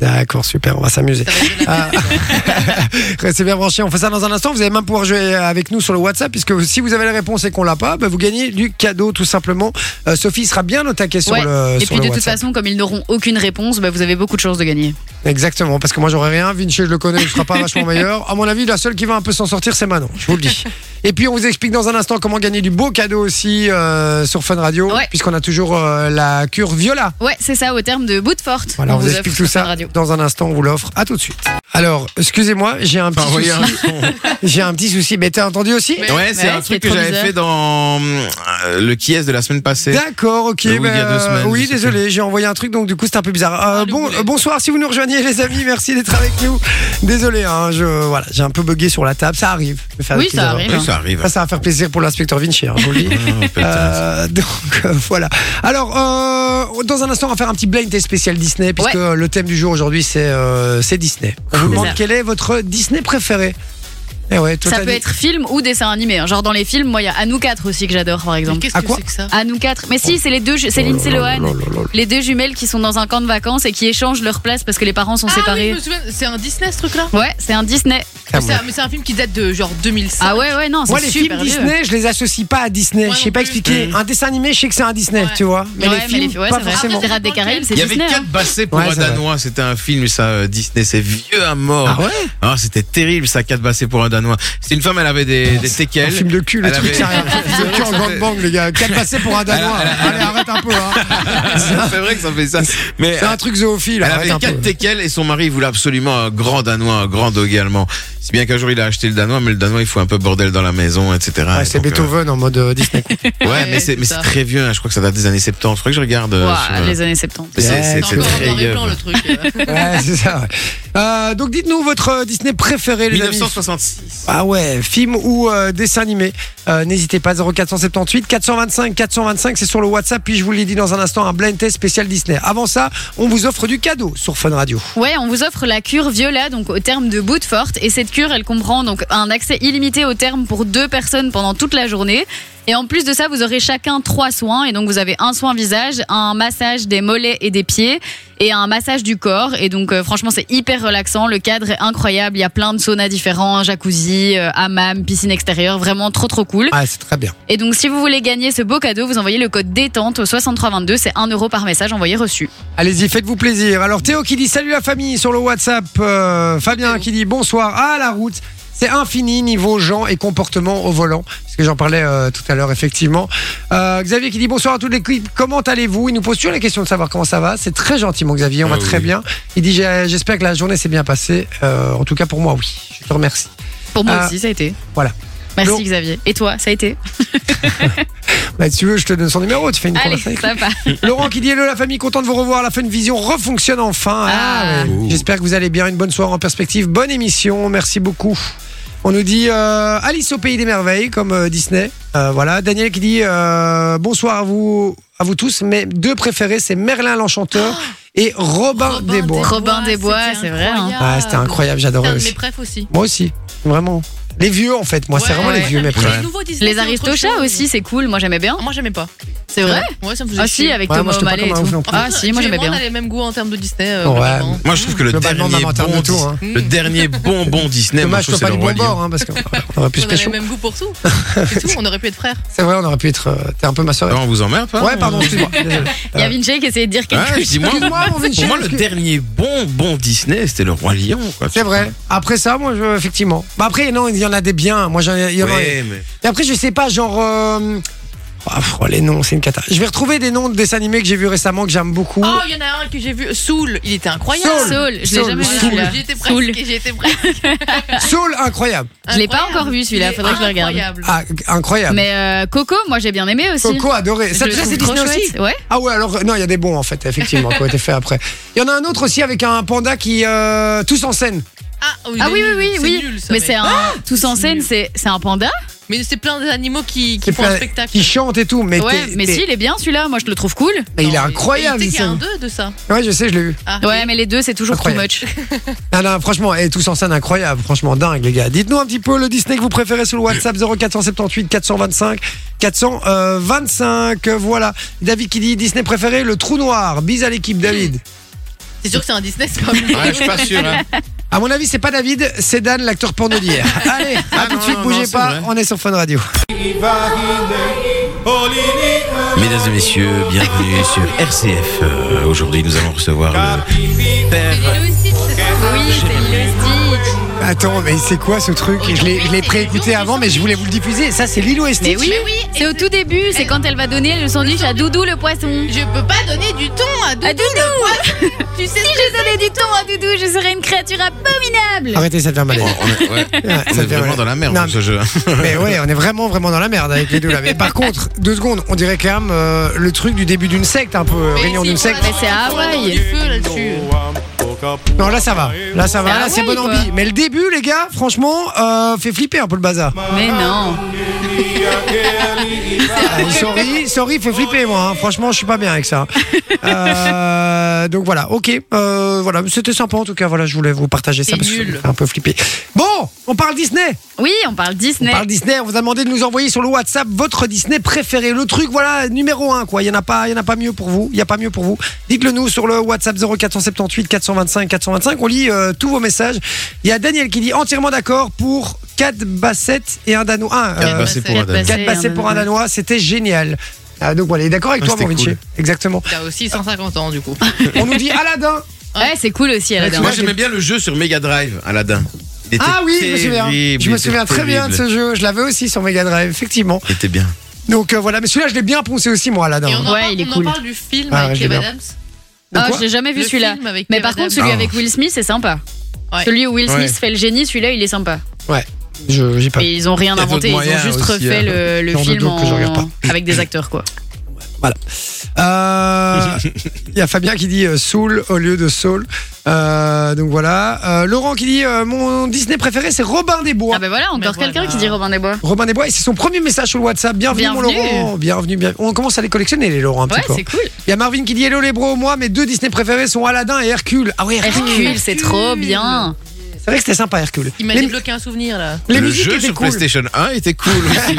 Speaker 2: D'accord, super, on va s'amuser.
Speaker 4: Ça va être de la-
Speaker 2: Ah. <laughs> Restez bien branchés, on fait ça dans un instant. Vous allez même pouvoir jouer avec nous sur le WhatsApp, puisque si vous avez la réponse et qu'on l'a pas, bah, vous gagnez du cadeau tout simplement. Euh, Sophie sera bien au taquet sur
Speaker 5: Ouais.
Speaker 2: le,
Speaker 5: et
Speaker 2: sur
Speaker 5: puis, de
Speaker 2: le
Speaker 5: toute
Speaker 2: WhatsApp.
Speaker 5: façon, comme ils n'auront aucune réponse, bah, vous avez beaucoup de chances de gagner.
Speaker 2: Exactement, parce que moi j'aurais rien. Vinci, je le connais, il sera pas vachement meilleur. À mon avis, la seule qui va un peu s'en sortir, c'est Manon. Je vous le dis. Et puis on vous explique dans un instant comment gagner du beau cadeau aussi euh, sur Fun Radio,
Speaker 5: Ouais.
Speaker 2: puisqu'on a toujours euh, la cure Viola.
Speaker 5: Ouais, c'est ça, au terme de bout de forte.
Speaker 2: Voilà, on vous
Speaker 5: vous
Speaker 2: explique
Speaker 5: offre
Speaker 2: tout
Speaker 5: sur
Speaker 2: ça
Speaker 5: Fun Radio.
Speaker 2: dans un instant. On vous l'offre. À tout de suite. Alors, excusez-moi, j'ai un
Speaker 3: Enfin,
Speaker 2: petit
Speaker 3: envoyer
Speaker 2: souci.
Speaker 3: un son.
Speaker 2: <laughs> J'ai un petit souci. Mais t'as entendu aussi
Speaker 4: Ouais.
Speaker 3: Ouais, c'est
Speaker 5: Ouais,
Speaker 3: un
Speaker 5: c'était
Speaker 3: truc que
Speaker 5: trop
Speaker 3: j'avais
Speaker 5: bizarre.
Speaker 3: fait dans euh, le qui est de la semaine passée.
Speaker 2: D'accord, ok.
Speaker 3: Le oui,
Speaker 2: bah,
Speaker 3: il y a deux semaines,
Speaker 2: oui,
Speaker 3: je sais
Speaker 2: désolé, j'ai envoyé un truc, donc du coup c'est un peu bizarre. Euh,
Speaker 4: Ah, le
Speaker 2: bon,
Speaker 4: boulet.
Speaker 2: euh, bonsoir, si vous nous rejoignez les amis, merci d'être avec nous. Désolé, hein, je voilà, j'ai un peu bugué sur la table, ça arrive. Je vais faire
Speaker 5: Oui,
Speaker 2: des petites
Speaker 5: ça
Speaker 2: erreurs.
Speaker 5: arrive.
Speaker 3: Oui, Ah, ça arrive. hein,
Speaker 2: Ça, ça va faire plaisir pour l'inspecteur Vinci, hein, je vous le dis.
Speaker 3: <laughs> Oh, putain.
Speaker 2: Euh, <laughs> donc euh, voilà. Alors, euh, dans un instant, on va faire un petit blind test spécial Disney, puisque
Speaker 5: Ouais.
Speaker 2: euh, le thème du jour aujourd'hui, c'est euh, c'est Disney. On vous demande quel est votre Disney préféré. Eh ouais, toi,
Speaker 5: Ça
Speaker 2: t'as
Speaker 5: peut
Speaker 2: dit-
Speaker 5: être film ou dessin animé. hein. Genre dans les films, moi, il y a À nous 4 aussi que j'adore, par
Speaker 4: Mais
Speaker 5: exemple.
Speaker 4: Qu'est-ce
Speaker 2: À
Speaker 4: que
Speaker 2: quoi
Speaker 4: c'est que ça
Speaker 5: À Ah nous 4. Mais si, c'est les deux, ju- c'est Lindsay Lohan. Les deux jumelles qui sont dans un camp de vacances et qui échangent leur place parce que les parents sont
Speaker 4: Ah oui,
Speaker 5: séparés.
Speaker 4: je me souviens, c'est un Disney ce truc-là
Speaker 5: Ouais, c'est un Disney.
Speaker 2: Ah,
Speaker 4: Mais c'est un- Mais c'est un film qui date de genre 2005.
Speaker 5: Ah ouais, ouais, non, c'est
Speaker 2: Moi, les films
Speaker 5: super vieux.
Speaker 2: Disney, je les associe pas à Disney.
Speaker 4: Moi
Speaker 2: je sais
Speaker 4: non
Speaker 2: pas
Speaker 4: plus.
Speaker 2: expliquer.
Speaker 3: Mmh.
Speaker 2: Un dessin animé, je sais que c'est un Disney,
Speaker 4: Ouais.
Speaker 2: tu vois. Mais
Speaker 5: Ouais,
Speaker 2: les films,
Speaker 5: ouais,
Speaker 2: pas
Speaker 5: c'est vrai.
Speaker 2: forcément.
Speaker 5: Pirates des Caraïbes, c'est
Speaker 3: Il y avait
Speaker 5: Disney. hein.
Speaker 3: quatre bassés pour
Speaker 2: Ouais,
Speaker 3: un
Speaker 2: c'est vrai.
Speaker 3: Danois. C'était un film, ça, euh, Disney. C'est vieux à mort.
Speaker 2: Ah ouais
Speaker 3: Ah, c'était terrible, ça, quatre bassés pour un Danois. C'était une femme, elle avait des, des
Speaker 2: Ah, Un
Speaker 3: séquelles.
Speaker 2: film de cul, le
Speaker 3: Elle
Speaker 2: truc,
Speaker 3: avait-
Speaker 2: c'est
Speaker 3: <laughs>
Speaker 2: rien. Un film de cul en gangbang, les gars. Quatre passés pour un Danois.
Speaker 3: Elle a- elle a-
Speaker 2: Allez, arrête un peu, hein.
Speaker 3: c'est vrai que ça fait ça. Mais
Speaker 2: C'est un truc zoophile,
Speaker 3: elle
Speaker 2: arrête
Speaker 3: avait
Speaker 2: un peu.
Speaker 3: quatre séquelles et son mari voulait absolument un grand Danois, un grand dog allemand. Si bien qu'un jour il a acheté le Danois, mais le Danois il faut un peu bordel dans la maison, etc.
Speaker 2: Ouais, c'est
Speaker 3: Donc, euh,
Speaker 2: Beethoven en mode euh, Disney.
Speaker 3: Ouais, mais c'est mais c'est très vieux. hein. Je crois que ça date des années 70. Faudrait que je regarde. euh,
Speaker 5: Ouah,
Speaker 3: sur, euh,
Speaker 5: les années 70.
Speaker 3: mais c'est-
Speaker 2: Ouais,
Speaker 3: C'est
Speaker 4: C'est
Speaker 3: c'est
Speaker 4: encore en
Speaker 3: très
Speaker 4: noir et blanc
Speaker 3: vieux.
Speaker 4: le truc. euh.
Speaker 2: ouais, <laughs> c'est ça. ouais. Euh, donc, dites-nous votre euh, Disney préféré, les amis.
Speaker 3: 1966.
Speaker 2: Ah ouais, film ou euh, dessin animé. Euh, N'hésitez pas 0478 425 425, c'est sur le WhatsApp. Puis je vous l'ai dit dans un instant, un blind test spécial Disney. Avant ça, on vous offre du cadeau sur Fun Radio.
Speaker 5: Ouais, on vous offre la cure Viola, donc au terme de bout de forte. Et cette cure, elle comprend donc un accès illimité au terme pour deux personnes pendant toute la journée. Et en plus de ça, vous aurez chacun trois soins. Et donc, vous avez un soin visage, un massage des mollets et des pieds, et un massage du corps. Et donc, euh, franchement, c'est hyper relaxant. Le cadre est incroyable. Il y a plein de saunas différents, jacuzzi, euh, hammam, piscine extérieure. Vraiment trop, trop cool.
Speaker 2: Ah, c'est très bien.
Speaker 5: Et donc, si vous voulez gagner ce beau cadeau, vous envoyez le code détente au 6322. C'est 1 euro par message envoyé reçu.
Speaker 2: Allez-y, faites-vous plaisir. Alors Théo qui dit salut la famille sur le WhatsApp, euh, Fabien qui dit bonsoir à la route. C'est infini niveau gens et comportement au volant, parce que j'en parlais euh, tout à l'heure effectivement. Euh, Xavier qui dit bonsoir à toute l'équipe, comment allez-vous Il nous pose toujours la question de savoir comment ça va. C'est très gentil mon Xavier, on
Speaker 3: Ah
Speaker 2: va très
Speaker 3: oui.
Speaker 2: bien. Il dit J'ai- j'espère que la journée s'est bien passée, Euh, en tout cas pour moi oui. Je te remercie.
Speaker 5: Pour moi
Speaker 2: Ah.
Speaker 5: aussi, ça a été.
Speaker 2: Voilà.
Speaker 5: Merci
Speaker 2: Donc-
Speaker 5: Xavier. Et toi, ça a été
Speaker 2: Bah, si tu veux, je te donne son numéro, tu fais une
Speaker 5: Allez,
Speaker 2: conversation
Speaker 3: bah,
Speaker 2: avec lui.
Speaker 5: ça va.
Speaker 2: Laurent qui dit hello la famille, content de vous revoir. La Fun Vision refonctionne enfin. Ah,
Speaker 5: Ah.
Speaker 2: ouais.
Speaker 3: Ouh.
Speaker 2: J'espère que vous allez bien. Une bonne soirée en perspective. Bonne émission. Merci beaucoup. On nous dit euh, Alice au pays des merveilles comme euh, Disney. Euh, voilà. Daniel qui dit euh, bonsoir à vous à vous tous. Mes deux préférés c'est Merlin l'enchanteur
Speaker 4: Oh.
Speaker 2: et Robin, des Bois.
Speaker 5: <laughs> Robin des Bois, c'est vrai, hein.
Speaker 2: Ah, c'était incroyable,
Speaker 4: C'est un
Speaker 2: j'adorais
Speaker 4: de mes
Speaker 2: aussi.
Speaker 4: prefs aussi.
Speaker 2: Moi aussi, vraiment. Les vieux en fait, moi c'est
Speaker 4: Ouais,
Speaker 2: vraiment les
Speaker 4: ouais.
Speaker 2: vieux mes
Speaker 4: Les
Speaker 2: préférés.
Speaker 4: nouveaux Disney,
Speaker 5: Les
Speaker 4: c'est autre
Speaker 5: Aristochats
Speaker 4: chose.
Speaker 5: aussi, c'est cool. Moi, j'aimais bien.
Speaker 4: Ah, Moi, j'aimais pas.
Speaker 5: C'est vrai
Speaker 4: Ouais, ça me faisait
Speaker 5: Ah si,
Speaker 4: chier.
Speaker 5: avec
Speaker 2: Ouais, moi,
Speaker 5: Thomas
Speaker 2: je sais pas
Speaker 5: O'Malley et
Speaker 2: comment vous en
Speaker 5: tout.
Speaker 2: parlez.
Speaker 5: Ah si, moi j'aimais
Speaker 4: Actuellement,
Speaker 5: bien.
Speaker 4: On a les mêmes goûts en termes de Disney. euh,
Speaker 2: Ouais.
Speaker 4: vraiment.
Speaker 3: Moi, je trouve que le
Speaker 2: Globalement,
Speaker 3: dernier
Speaker 2: même en termes
Speaker 3: bon,
Speaker 2: de tout, hein.
Speaker 3: Dis- le dernier bonbon Disney, moi,
Speaker 2: Dommage
Speaker 3: je
Speaker 2: que
Speaker 3: trouve
Speaker 2: pas
Speaker 3: c'est
Speaker 2: du
Speaker 3: le
Speaker 2: bon
Speaker 3: Roi
Speaker 2: bord,
Speaker 3: Lion.
Speaker 2: hein, parce qu'on aurait pu se
Speaker 4: <laughs> On a les
Speaker 2: pécho.
Speaker 4: mêmes goûts pour
Speaker 5: <laughs>
Speaker 4: tout. C'est tout, on aurait pu être frères.
Speaker 2: C'est vrai, on aurait pu être. euh, T'es un peu ma soeur.
Speaker 3: Ah, on vous emmerde pas
Speaker 2: Ouais, pardon, excuse-moi.
Speaker 3: <laughs>
Speaker 2: désolé.
Speaker 5: Il y a Vinci qui essayait de dire quelque
Speaker 3: Ouais, je
Speaker 5: chose.
Speaker 3: dis, moi,
Speaker 2: Excuse-moi, mon Vinci,
Speaker 3: pour moi,
Speaker 2: parce
Speaker 3: Hein,
Speaker 2: que-
Speaker 3: le dernier bonbon Disney, c'était le Roi Lion. quoi.
Speaker 2: C'est vrai. Après ça, moi, je- effectivement. Bah après, non, il y en a des biens. Moi, j'en ai- il y en a-
Speaker 3: Ouais, mais-
Speaker 2: Et après, je sais pas, genre. euh, oh, pff, les noms, c'est une cata. Je vais retrouver des noms de dessins animés que j'ai vus récemment que j'aime beaucoup.
Speaker 4: Oh, il y en a un que j'ai vu, Soul, il était incroyable.
Speaker 2: Soul.
Speaker 5: Saul, je l'ai
Speaker 2: Saul,
Speaker 5: jamais vu
Speaker 4: Voilà,
Speaker 2: Soul.
Speaker 5: celui-là.
Speaker 4: J'y étais
Speaker 5: Soul.
Speaker 4: presque, j'y étais presque.
Speaker 2: Soul, incroyable.
Speaker 5: Je l'ai pas
Speaker 4: Incroyable.
Speaker 5: encore vu, celui-là,
Speaker 4: Il est
Speaker 5: faudrait que je le regarde.
Speaker 4: incroyable.
Speaker 2: Ah, incroyable.
Speaker 5: Mais euh, Coco, moi j'ai bien aimé aussi.
Speaker 2: Coco, adoré. Ça,
Speaker 5: Je le
Speaker 2: déjà, c'est
Speaker 5: trouve
Speaker 2: Disney
Speaker 5: trop
Speaker 2: aussi
Speaker 5: chouette. Ouais.
Speaker 2: Ah ouais, alors, euh, non, il y a des bons, en fait, effectivement, qui ont été faits après. Il y en a un autre aussi avec un panda qui. euh, tous en scène.
Speaker 4: Ah,
Speaker 5: Ah
Speaker 4: il est
Speaker 5: oui, oui,
Speaker 4: nul,
Speaker 5: oui,
Speaker 4: c'est
Speaker 5: oui.
Speaker 4: nul, ça,
Speaker 5: mais
Speaker 4: mec.
Speaker 5: c'est un.
Speaker 2: Ah,
Speaker 5: Tous en scène, c'est c'est un panda.
Speaker 4: Mais c'est plein d'animaux qui, qui
Speaker 2: Qui
Speaker 4: font
Speaker 2: fait-
Speaker 4: un spectacle.
Speaker 2: Qui chante et tout. Mais,
Speaker 5: Ouais,
Speaker 2: t'es-
Speaker 5: mais
Speaker 2: t'es-
Speaker 5: si, il est bien celui-là. Moi je le trouve cool.
Speaker 2: mais il est
Speaker 4: Non, mais-
Speaker 2: incroyable.
Speaker 4: et tu sais qu'il y a
Speaker 2: ça.
Speaker 4: un deux de ça.
Speaker 2: Ouais, je sais, je l'ai vu.
Speaker 4: Ah,
Speaker 5: Ouais, mais les deux, c'est toujours too
Speaker 2: Incroyable.
Speaker 5: much.
Speaker 2: Ah non, franchement, et tous en scène incroyable, franchement dingue les gars. Dites-nous un petit peu le Disney que vous préférez sur le WhatsApp 0478 425 425. euh, Voilà. David qui dit Disney préféré le trou noir. Bise à l'équipe David.
Speaker 4: C'est sûr que c'est un Disney, c'est quand même.
Speaker 3: Ouais, je suis pas sûr. hein.
Speaker 2: À mon avis, c'est pas David, c'est Dan l'acteur porno
Speaker 3: <laughs>
Speaker 2: d'hier. Allez, à
Speaker 3: Ah
Speaker 2: tout de
Speaker 3: non,
Speaker 2: suite,
Speaker 3: non,
Speaker 2: bougez
Speaker 3: c'est
Speaker 2: pas,
Speaker 3: vrai.
Speaker 2: on est sur Fun Radio.
Speaker 3: Mesdames et messieurs, bienvenue sur RCF. Euh, Aujourd'hui, nous allons recevoir
Speaker 2: Ah,
Speaker 3: le père.
Speaker 5: Oui, c'est Lilo Stitch.
Speaker 2: Attends, mais c'est quoi ce truc Je l'ai je l'ai préécouté avant mais je voulais vous le diffuser. Ça c'est Lilo et Stitch.
Speaker 5: Mais oui, c'est au tout début. C'est quand elle va donner le sandwich à Doudou le poisson.
Speaker 4: Je peux pas donner du ton à
Speaker 5: À
Speaker 4: Doudou.
Speaker 5: Doudou
Speaker 4: Tu sais
Speaker 5: Si je donnais du thon à Doudou, je serais une créature abominable.
Speaker 2: Arrêtez, ça devient mal.
Speaker 3: Bon, Oh, on est, ouais,
Speaker 2: Ouais,
Speaker 3: on
Speaker 2: Ah, ça
Speaker 3: est
Speaker 2: devient
Speaker 3: vraiment
Speaker 2: mal.
Speaker 3: dans la merde
Speaker 2: Non,
Speaker 3: dans ce jeu.
Speaker 2: Mais ouais, on est vraiment vraiment dans la merde avec les deux là. Mais par contre, deux secondes, on dirait quand même euh, le truc du début d'une secte, un peu euh, réunion d'une secte.
Speaker 5: Mais c'est à Hawaï.
Speaker 4: Du feu là-dessus.
Speaker 2: Non, là ça va, là ça va,
Speaker 5: C'est
Speaker 2: là
Speaker 5: à
Speaker 2: c'est
Speaker 5: Hawaï,
Speaker 2: bonne
Speaker 5: quoi.
Speaker 2: envie. Mais le début, les gars, franchement, euh, fait flipper un peu le bazar.
Speaker 5: Mais non.
Speaker 2: Euh, sorry, sorry, fait flipper moi. hein. Franchement, je suis pas bien avec ça. Euh, donc voilà, ok, euh, voilà, c'était sympa en tout cas. Voilà, je voulais vous partager ça
Speaker 4: C'est
Speaker 2: parce que
Speaker 4: nul.
Speaker 2: ça fait un peu flipper. Bon, on parle Disney.
Speaker 5: Oui, on parle Disney.
Speaker 2: On parle Disney, on vous a demandé de nous envoyer sur le WhatsApp votre Disney préféré. Le truc, voilà, numéro 1, quoi. Il n'y en, a pas- il y en a pas mieux pour vous. Il n'y a pas mieux pour vous. Dites-le nous sur le WhatsApp 0478 425 425. On lit euh, tous vos messages. Il y a Daniel qui dit entièrement d'accord pour 4 bassettes et un Danois. Un,
Speaker 3: Quatre
Speaker 2: euh,
Speaker 3: bassettes pour
Speaker 4: quatre
Speaker 3: Adam.
Speaker 5: bassettes.
Speaker 2: quatre bassettes pour un Danois, c'était génial. Ah, donc voilà, il est d'accord avec
Speaker 3: Ouais,
Speaker 2: toi, mon
Speaker 3: c'était
Speaker 2: Vinci.
Speaker 3: cool.
Speaker 2: Exactement.
Speaker 4: T'as aussi 150 ans du coup.
Speaker 2: On nous dit
Speaker 3: <laughs>
Speaker 2: Aladdin.
Speaker 5: <laughs> Ouais, c'est cool aussi, Aladdin.
Speaker 3: Moi, j'aimais bien le jeu sur Mega Drive, Aladdin. Il était
Speaker 2: Ah oui, je me souviens.
Speaker 3: terrible,
Speaker 2: Je me
Speaker 3: il
Speaker 2: souviens
Speaker 3: était
Speaker 2: très bien de
Speaker 3: terrible.
Speaker 2: ce jeu. Je l'avais aussi sur Mega Drive, effectivement.
Speaker 3: Il était bien.
Speaker 2: Donc euh, voilà, mais celui-là, je l'ai bien poncé aussi, moi, Aladdin.
Speaker 4: Et on en,
Speaker 5: Ouais,
Speaker 4: parle,
Speaker 5: il est
Speaker 4: on en
Speaker 5: cool.
Speaker 4: parle du film
Speaker 2: Ah ouais,
Speaker 4: avec
Speaker 2: je l'ai
Speaker 4: Kev
Speaker 2: bien.
Speaker 4: Adams.
Speaker 2: De
Speaker 5: Ah,
Speaker 2: quoi
Speaker 5: je l'ai jamais vu
Speaker 4: Le
Speaker 5: celui-là.
Speaker 4: film avec
Speaker 5: Mais
Speaker 4: Kev
Speaker 5: par
Speaker 4: Adams.
Speaker 5: contre, celui
Speaker 3: Ah.
Speaker 5: avec Will Smith, c'est sympa.
Speaker 4: Ouais.
Speaker 5: Celui où Will Smith
Speaker 3: Ouais.
Speaker 5: fait le génie, celui-là, il est sympa.
Speaker 2: Je- j'ai pas
Speaker 5: Mais ils ont rien
Speaker 3: Il y a
Speaker 5: inventé,
Speaker 3: d'autres
Speaker 5: ils ont
Speaker 3: moyens
Speaker 5: juste
Speaker 3: aussi,
Speaker 5: refait
Speaker 3: hein.
Speaker 5: le, le
Speaker 2: Genre de
Speaker 5: film
Speaker 2: dos que je regarde
Speaker 5: en- avec des acteurs, quoi.
Speaker 2: Euh, Il y a Fabien qui dit euh, Soul au lieu de Soul. Euh, donc voilà. Euh, Laurent qui dit euh, Mon Disney préféré, c'est Robin des Bois.
Speaker 5: Ah bah voilà, encore
Speaker 4: Mais voilà.
Speaker 5: quelqu'un qui dit Robin des Bois.
Speaker 2: Robin des Bois, et c'est son premier message sur le WhatsApp. Bienvenue, mon
Speaker 5: Bienvenue.
Speaker 2: Laurent. Bienvenue, bien- On commence à les collectionner, les Laurent, un
Speaker 5: Ouais,
Speaker 2: petit peu.
Speaker 5: c'est cool.
Speaker 2: Il y a Marvin qui dit Hello les bros, moi, mes deux Disney préférés sont Aladdin et Hercule. Ah ouais, Hercule.
Speaker 5: Hercule, c'est trop bien.
Speaker 2: Ah C'est vrai que c'était sympa, Hercule.
Speaker 4: Il m'a
Speaker 2: Les-
Speaker 4: débloqué un souvenir là.
Speaker 2: Les
Speaker 3: le
Speaker 2: musiques
Speaker 3: jeu
Speaker 2: étaient
Speaker 3: sur
Speaker 2: cool.
Speaker 3: PlayStation 1 était cool
Speaker 2: <laughs>
Speaker 3: aussi.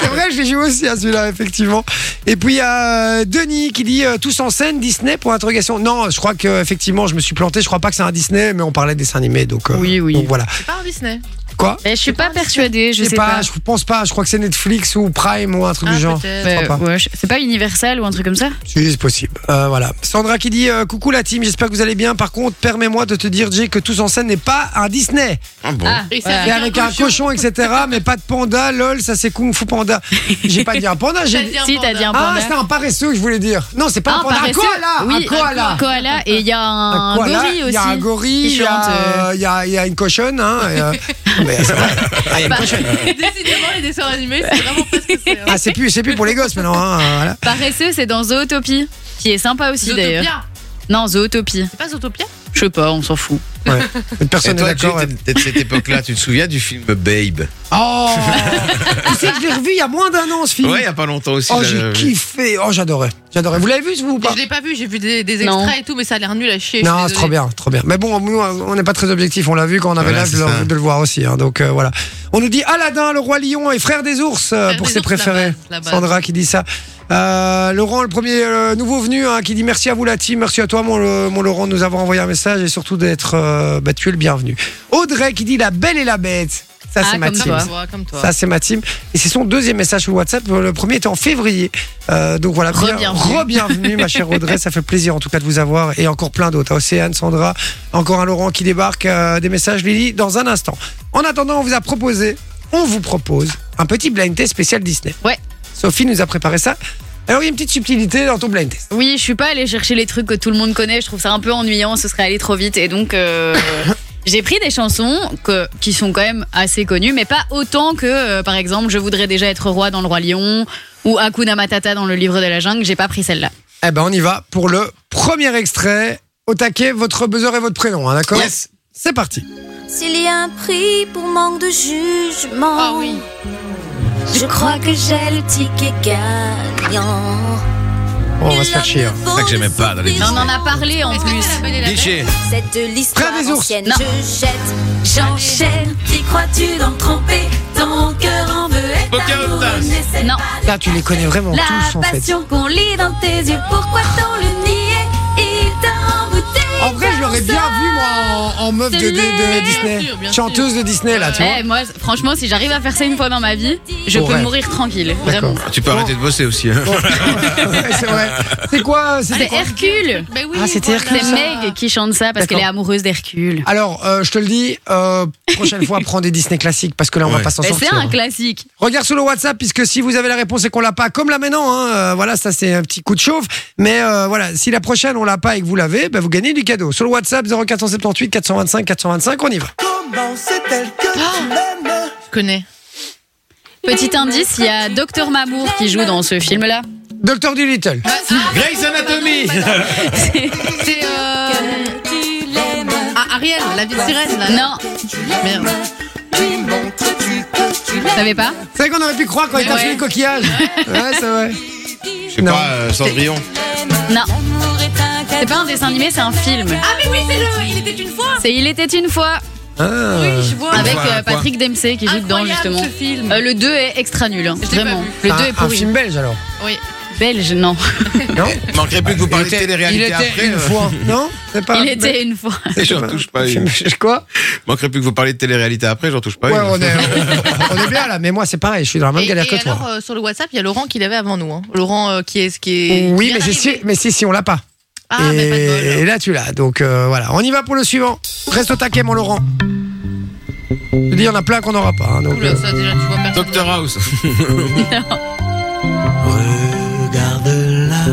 Speaker 2: C'est vrai, je l'ai joué aussi à celui-là, effectivement. Et puis il y a euh, Denis qui dit euh, tous en scène Disney pour interrogation. Non, je crois que effectivement, je me suis planté. Je crois pas que c'est un Disney, mais on parlait de dessin animé, donc. euh,
Speaker 5: Oui, oui.
Speaker 2: Donc voilà.
Speaker 4: C'est pas
Speaker 2: <laughs>
Speaker 4: un Disney.
Speaker 2: Quoi
Speaker 5: Mais Eh, je suis pas persuadée, je sais pas.
Speaker 2: Je pense pas. Je crois que c'est Netflix ou Prime ou un truc
Speaker 4: Ah,
Speaker 2: du genre.
Speaker 4: peut-être.
Speaker 5: Mais,
Speaker 2: crois pas.
Speaker 5: Euh, ouais, je- c'est pas Universal ou un truc comme ça
Speaker 2: Si, c'est possible. Euh, voilà. Sandra qui dit euh, coucou la team. J'espère que vous allez bien. Par contre, permets-moi de te dire Jay que tous en scène n'est pas un Disney.
Speaker 3: Ah bon
Speaker 5: Ah,
Speaker 4: Et c'est
Speaker 5: voilà.
Speaker 2: Et avec un cochon, etc. Mais pas de panda. Lol, ça c'est kung fu panda. J'ai pas dit un panda.
Speaker 4: T'as
Speaker 5: <laughs>
Speaker 2: J'ai
Speaker 4: dit un
Speaker 5: Si, t'as
Speaker 4: panda.
Speaker 5: dit un
Speaker 2: Ah,
Speaker 5: panda.
Speaker 2: c'est un paresseux que je voulais dire. Non, c'est pas
Speaker 5: Ah,
Speaker 2: un panda. Un
Speaker 5: paresseux.
Speaker 2: koala
Speaker 5: Oui,
Speaker 2: Un koala
Speaker 5: Un koala, et il y a un, gorille
Speaker 2: Il
Speaker 5: aussi.
Speaker 2: y a un gorille, il y, a,
Speaker 5: Différentes, euh,
Speaker 2: euh, il y a- il y a une cochonne. Hein, et,
Speaker 5: <laughs>
Speaker 2: euh, mais c'est vrai. Ah, il y a une
Speaker 5: Bah.
Speaker 2: cochonne.
Speaker 4: Décidément, les dessins animés, c'est vraiment pas ce que c'est. hein.
Speaker 2: Ah, c'est plus, c'est plus pour les gosses maintenant. Hein, voilà.
Speaker 5: Paresseux, c'est dans Zootopie, qui est sympa aussi d'ailleurs.
Speaker 4: Zootopia.
Speaker 5: Non, Zootopie.
Speaker 4: C'est pas Zootopia
Speaker 5: Je sais pas, on s'en fout.
Speaker 3: Et
Speaker 2: Personne n'est
Speaker 3: toi, tu
Speaker 2: d'accord.
Speaker 3: étais peut-être cette époque-là, tu te souviens du film Babe
Speaker 2: Oh Tu sais que je l'ai revu il y a moins d'un an ce film.
Speaker 3: Ouais, il y a pas longtemps aussi.
Speaker 2: oh,
Speaker 3: je
Speaker 2: j'ai
Speaker 3: l'avais vu.
Speaker 2: kiffé. Oh, j'adorais. J'adorais. Vous l'avez vu, ce vous ou pas
Speaker 4: Je l'ai pas vu, j'ai vu des, des
Speaker 5: Non.
Speaker 4: extraits et tout, mais ça a l'air nul à chier. je suis
Speaker 2: Non, c'est
Speaker 4: désolée.
Speaker 2: trop bien, trop bien. Mais bon, nous, on n'est pas très objectif. On l'a vu quand on avait
Speaker 3: Voilà,
Speaker 2: l'âge
Speaker 3: c'est
Speaker 2: de,
Speaker 3: ça.
Speaker 2: le- de le voir aussi. hein. donc euh, voilà. On nous dit Aladdin, le roi lion et frère des ours euh,
Speaker 4: Frère
Speaker 2: pour
Speaker 4: des
Speaker 2: ses
Speaker 4: ours, la
Speaker 2: préférés.
Speaker 4: base, la base.
Speaker 2: Sandra qui dit ça. Euh, Laurent, le premier euh, nouveau venu, hein, qui dit merci à vous la team, merci à toi mon, le- mon Laurent de nous avoir envoyé un message et surtout d'être euh, bah, tu es le bienvenu. Audrey qui dit la belle et la bête. Ça
Speaker 5: Ah,
Speaker 2: c'est ma
Speaker 5: comme
Speaker 4: Comme
Speaker 2: team.
Speaker 5: toi.
Speaker 2: ça.
Speaker 4: toi, comme toi.
Speaker 2: Ça, c'est ma team. Et c'est son deuxième message sur WhatsApp. Le premier était en février. Euh, donc voilà. bien-
Speaker 5: Re-bienvenue.
Speaker 2: re-bienvenue, ma chère Audrey. Ça fait plaisir, en tout cas, de vous avoir. Et encore plein d'autres. Océane, Sandra, encore un Laurent qui débarque. euh, des messages, Lily, dans un instant. En attendant, on vous a proposé, on vous propose un petit blind test spécial Disney.
Speaker 5: Ouais.
Speaker 2: Sophie nous a préparé ça. Alors, il y a une petite subtilité dans ton blind test.
Speaker 5: Oui, je suis pas allée chercher les trucs que tout le monde connaît. Je trouve ça un peu ennuyant. Ce serait aller trop vite. Et
Speaker 2: <laughs>
Speaker 5: donc, euh, j'ai pris des chansons que- qui sont quand même assez connues, mais pas autant que, euh, par exemple, Je voudrais déjà être roi dans Le Roi Lion ou Hakuna Matata dans Le Livre de la Jungle. J'ai pas pris celle-là.
Speaker 2: Eh ben, on y va pour le premier extrait. Au taquet, votre buzzer et votre prénom, hein, d'accord
Speaker 3: Yes.
Speaker 2: C'est parti.
Speaker 6: S'il y a un prix pour manque de jugement,
Speaker 4: Ah oui.
Speaker 6: je crois que j'ai le ticket gagnant.
Speaker 2: Bon, on va se faire chier. hein.
Speaker 6: C'est
Speaker 3: ça que j'aimais pas dans les
Speaker 5: Mais on en a parlé en
Speaker 4: Est-ce que
Speaker 5: plus.
Speaker 4: c'est la belle et la bête
Speaker 3: Guichet.
Speaker 6: Cette l'histoire
Speaker 2: Frère des ours.
Speaker 6: ancienne,
Speaker 5: Non.
Speaker 6: je jette, j'enchaîne. Qui crois-tu d'en tromper Ton cœur en veut être
Speaker 3: Pocahontas.
Speaker 6: amoureux, mais c'est
Speaker 5: Non.
Speaker 6: pas
Speaker 2: Là, tu les connais vraiment tous,
Speaker 6: La
Speaker 2: en fait.
Speaker 6: passion qu'on lit dans tes yeux, pourquoi tant le nier Il t'a embouté.
Speaker 2: En vrai, je l'aurais bien vu, moi, en, en meuf de, de- de
Speaker 5: Bien
Speaker 2: Disney.
Speaker 4: sûr, bien sûr.
Speaker 2: Chanteuse de Disney, là, tu vois.
Speaker 5: Eh, moi, franchement, si j'arrive à faire ça une fois dans ma vie, je
Speaker 2: Bon,
Speaker 5: peux
Speaker 2: ouais.
Speaker 5: mourir tranquille.
Speaker 2: D'accord.
Speaker 5: Vraiment.
Speaker 4: Ah,
Speaker 3: Tu peux arrêter de bosser aussi. <laughs> hein.
Speaker 2: <laughs> Ouais, c'est vrai. C'est quoi c'était
Speaker 5: C'est
Speaker 2: quoi
Speaker 5: Hercule.
Speaker 4: Ben oui,
Speaker 2: Ah, c'était
Speaker 4: voilà.
Speaker 5: C'est Meg qui chante ça parce
Speaker 2: D'accord.
Speaker 5: qu'elle est amoureuse d'Hercule.
Speaker 2: Alors, euh, je te le dis, euh, prochaine fois, prends des Disney classiques parce que là, on va
Speaker 3: Ouais.
Speaker 2: pas s'en
Speaker 4: Ben,
Speaker 5: Mais Bah, C'est
Speaker 2: sortir.
Speaker 5: un classique.
Speaker 2: Regarde sur le WhatsApp, puisque si vous avez la réponse et qu'on l'a pas, comme là maintenant, hein, euh, voilà, ça c'est un petit coup de chauffe. Mais euh, voilà, si la prochaine on l'a pas et que vous l'avez, ben, vous gagnez du cadeau. Sur le WhatsApp 0478 425 425, on y va.
Speaker 4: Ah Je connais.
Speaker 5: Petit indice, il y a Docteur Mamour qui joue dans ce film-là.
Speaker 2: Docteur Dolittle.
Speaker 3: Grey's Anatomy.
Speaker 4: C'est euh.
Speaker 6: Tu l'aimes,
Speaker 4: Ah, Ariel, la vie de sirène là.
Speaker 5: Non,
Speaker 4: Merde.
Speaker 5: vous savez pas
Speaker 2: C'est vrai qu'on aurait pu croire quand il t'a
Speaker 4: Ouais.
Speaker 2: fait les
Speaker 4: <laughs>
Speaker 2: coquillages. Ouais, c'est vrai.
Speaker 3: Je sais pas, euh, Cendrillon.
Speaker 5: Non,
Speaker 6: l'amour est un
Speaker 5: c'est pas un dessin animé, c'est un film.
Speaker 4: Ah, mais oui, c'est le. Il était une fois.
Speaker 5: C'est Il était une fois
Speaker 2: Ah.
Speaker 4: Oui, je vois.
Speaker 5: avec
Speaker 3: Une fois,
Speaker 5: euh,
Speaker 3: un point.
Speaker 5: Patrick Dempsey qui joue dedans
Speaker 4: Incroyable,
Speaker 5: justement.
Speaker 4: ce film.
Speaker 5: Euh, le 2 est extra nul, hein,
Speaker 4: l'ai pas
Speaker 5: vraiment.
Speaker 4: vu.
Speaker 5: Le 2
Speaker 2: Ah, Un-
Speaker 5: est
Speaker 2: un
Speaker 5: pourri.
Speaker 2: film belge alors.
Speaker 4: Oui.
Speaker 5: Belge, non.
Speaker 2: Non
Speaker 3: Manquerait plus que vous parliez de télé-réalité
Speaker 2: il était
Speaker 3: après.
Speaker 2: une
Speaker 3: euh.
Speaker 2: fois. Non C'est pas.
Speaker 5: Il était une fois.
Speaker 3: Et J'en touche pas.
Speaker 2: Je-
Speaker 3: une.
Speaker 2: je- Quoi
Speaker 3: Manquerait plus que vous parliez de télé-réalité après, j'en touche pas.
Speaker 2: Ouais,
Speaker 3: une. <laughs>
Speaker 2: on est, <laughs> on est bien là, mais moi c'est pareil, je suis dans la même
Speaker 4: Et,
Speaker 2: galère
Speaker 4: et
Speaker 2: que toi.
Speaker 4: alors, euh, sur le WhatsApp, il y a Laurent qui l'avait avant nous. hein. Laurent euh, qui est. Qui est
Speaker 2: oui,
Speaker 4: qui
Speaker 2: mais,
Speaker 4: vient
Speaker 2: j'ai- si,
Speaker 4: d'arriver.
Speaker 2: mais si, si, on l'a pas.
Speaker 4: Ah,
Speaker 2: et,
Speaker 4: mais pas de bol. hein.
Speaker 2: et là tu l'as, donc euh, voilà. On y va pour le suivant. Reste au taquet, mon Laurent. Je te dis, il y en a plein qu'on n'aura pas. hein, donc,
Speaker 4: Oula,
Speaker 2: euh,
Speaker 4: ça déjà, tu vois personne.
Speaker 3: Doctor <laughs> House.
Speaker 7: Regarde-la,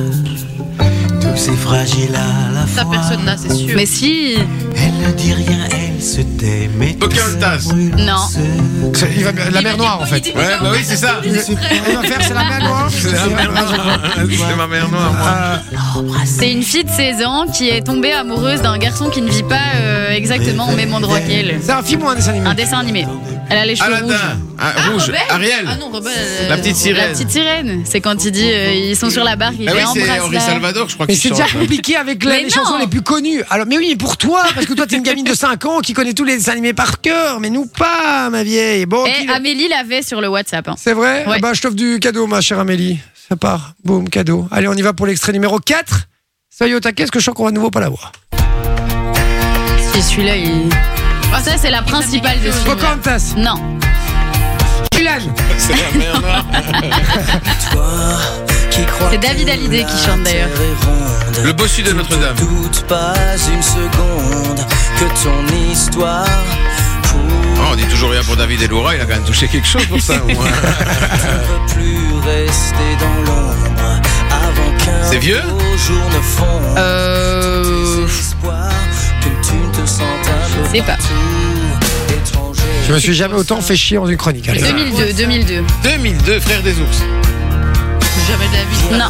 Speaker 7: tout c'est fragile à la
Speaker 4: Ça,
Speaker 7: fois.
Speaker 4: personne n'a, c'est sûr.
Speaker 5: Mais si,
Speaker 7: Elle ne dit rien, elle se tait, mais tout
Speaker 3: Pocahontas.
Speaker 7: se brûle,
Speaker 5: Non.
Speaker 7: se-
Speaker 2: euh, c'est- il va bien- la mer Noire en fait.
Speaker 3: Ouais, bah oui, c'est ça.
Speaker 2: Elle va faire, c'est la mer Noire.
Speaker 3: C'est <laughs> Ah, la mère noire. C'est ma mère noire. moi.
Speaker 2: Euh,
Speaker 5: Ah, c'est une fille de 16 ans qui est tombée amoureuse d'un garçon qui ne vit pas euh, exactement au même endroit qu'elle.
Speaker 2: c'est un film ou un dessin animé
Speaker 5: Un dessin animé. Elle a les cheveux rouges.
Speaker 3: Aladdin. Ah, Rouge.
Speaker 4: Rebelle
Speaker 3: Ariel.
Speaker 4: Ah non, Rebelle.
Speaker 3: La petite
Speaker 5: La
Speaker 3: sirène.
Speaker 5: petite sirène, c'est quand il dit euh, ils sont sur la barque, il
Speaker 3: Ah
Speaker 5: fait
Speaker 3: oui, c'est Henri
Speaker 5: embrasse
Speaker 3: Salvador, je crois
Speaker 2: Mais
Speaker 3: qu'il
Speaker 2: c'est
Speaker 3: chante.
Speaker 2: déjà compliqué avec la-
Speaker 5: Mais
Speaker 2: les
Speaker 5: non.
Speaker 2: chansons les plus connues. Alors, mais oui, pour toi, parce que toi t'es une gamine de 5 ans qui connaît tous les dessins animés par cœur, mais nous pas, ma vieille. Bon,
Speaker 5: Et
Speaker 2: qui-
Speaker 5: Amélie l'avait sur le WhatsApp. hein.
Speaker 2: c'est vrai
Speaker 5: Eh, Ouais.
Speaker 2: Ah bah, Je t'offre du cadeau, ma chère Amélie. Ça part. Boum, cadeau. Allez, on y va pour l'extrait numéro 4. Soyez au taquet, parce que je sens qu'on va de nouveau pas l'avoir.
Speaker 5: Et celui-là, il. Ah, ça, c'est la principale de celui
Speaker 2: Pocantas,
Speaker 5: Non.
Speaker 2: Mulan.
Speaker 8: C'est la merde.
Speaker 7: Toi qui crois
Speaker 5: C'est David
Speaker 7: que
Speaker 5: Hallyday qui
Speaker 7: la
Speaker 5: chante, d'ailleurs.
Speaker 7: terre est
Speaker 3: <laughs>
Speaker 7: ronde,
Speaker 3: Le bossu de
Speaker 7: tu ne
Speaker 3: Notre-Dame.
Speaker 7: doute pas une seconde que ton histoire pour
Speaker 3: Ah, on dit toujours rien pour David et Laura, il a quand même touché quelque chose pour ça. au <laughs> moins. euh.
Speaker 7: ne plus rester dans l'ombre avant qu'un
Speaker 3: C'est vieux
Speaker 7: beau jour ne fonde.
Speaker 5: Euh.
Speaker 7: Tes espoirs, que tu ne te sentes un peu
Speaker 5: Je sais pas.
Speaker 7: partout étranger.
Speaker 2: Je me suis jamais autant fait chier dans une chronique. allez.
Speaker 5: 2002, 2002.
Speaker 3: 2002, frère des ours.
Speaker 4: Jamais de la vie.
Speaker 5: Non.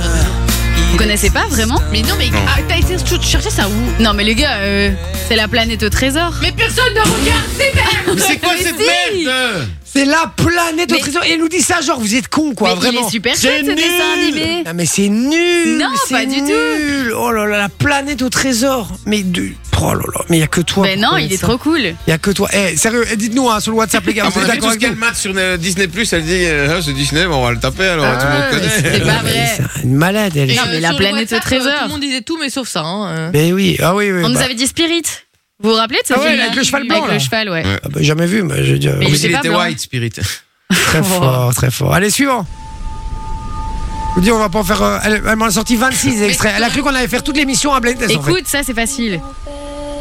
Speaker 5: Vous connaissez pas vraiment
Speaker 4: Mais non, mais ah, t'as été ch- chercher ça où
Speaker 5: Non, mais les gars, euh, c'est la planète au trésor.
Speaker 4: Mais personne ne regarde ces mères
Speaker 3: Mais c'est quoi
Speaker 5: Mais
Speaker 3: cette
Speaker 5: si
Speaker 3: merde
Speaker 2: C'est la planète au
Speaker 5: Mais-
Speaker 2: trésor. Et elle nous dit ça, genre, vous êtes con, quoi,
Speaker 5: mais
Speaker 2: vraiment.
Speaker 5: il est super
Speaker 2: C'est
Speaker 5: chouette ce dessin animé.
Speaker 2: Non, mais c'est nul.
Speaker 5: Non,
Speaker 2: c'est
Speaker 5: pas du tout.
Speaker 2: nul. Oh là là, la planète au trésor. Mais du. Oh là là, mais il y a que toi.
Speaker 5: Ben
Speaker 2: pour
Speaker 5: non,
Speaker 2: connaître
Speaker 5: il est
Speaker 2: ça.
Speaker 5: trop cool.
Speaker 2: Il y a que toi. Eh, sérieux, eh, dites-nous hein, sur le WhatsApp, les
Speaker 3: <laughs>
Speaker 2: gars,
Speaker 3: À
Speaker 2: vous
Speaker 3: Ah, mon
Speaker 2: êtes
Speaker 3: avis,
Speaker 2: d'accord
Speaker 3: tout ce
Speaker 2: avec
Speaker 3: qu'elle
Speaker 2: nous
Speaker 3: mate sur euh, Disney+, elle dit euh, Ah, c'est Disney, bon, on va le taper alors,
Speaker 2: Ah,
Speaker 3: tout le monde connaît.
Speaker 5: C'est pas
Speaker 2: Mais
Speaker 5: vrai.
Speaker 2: c'est une malade, elle.
Speaker 5: Non, mais la planète au trésor.
Speaker 4: euh, Tout le monde disait tout, mais sauf ça. hein.
Speaker 2: Mais oui, ah oui, oui.
Speaker 5: On nous
Speaker 2: bah,
Speaker 5: avait dit Spirit. Vous vous rappelez de ce
Speaker 2: Ah ouais,
Speaker 5: film-là
Speaker 2: avec le cheval blanc,
Speaker 5: Avec
Speaker 2: là.
Speaker 5: le cheval, ouais.
Speaker 2: ah bah, jamais vu, mais je veux dire,
Speaker 5: Mais
Speaker 3: Mais
Speaker 5: il
Speaker 2: oui,
Speaker 5: était
Speaker 3: il
Speaker 5: pas
Speaker 3: était
Speaker 5: blanc.
Speaker 3: white, Spirit.
Speaker 2: très fort, très fort. Allez, suivant. Je vous dis, on va pas en faire. euh, elle elle m'en a sorti 26 extraits. Elle a cru qu'on allait faire toute l'émission à Blind Test, en fait.
Speaker 5: Écoute, ça c'est facile.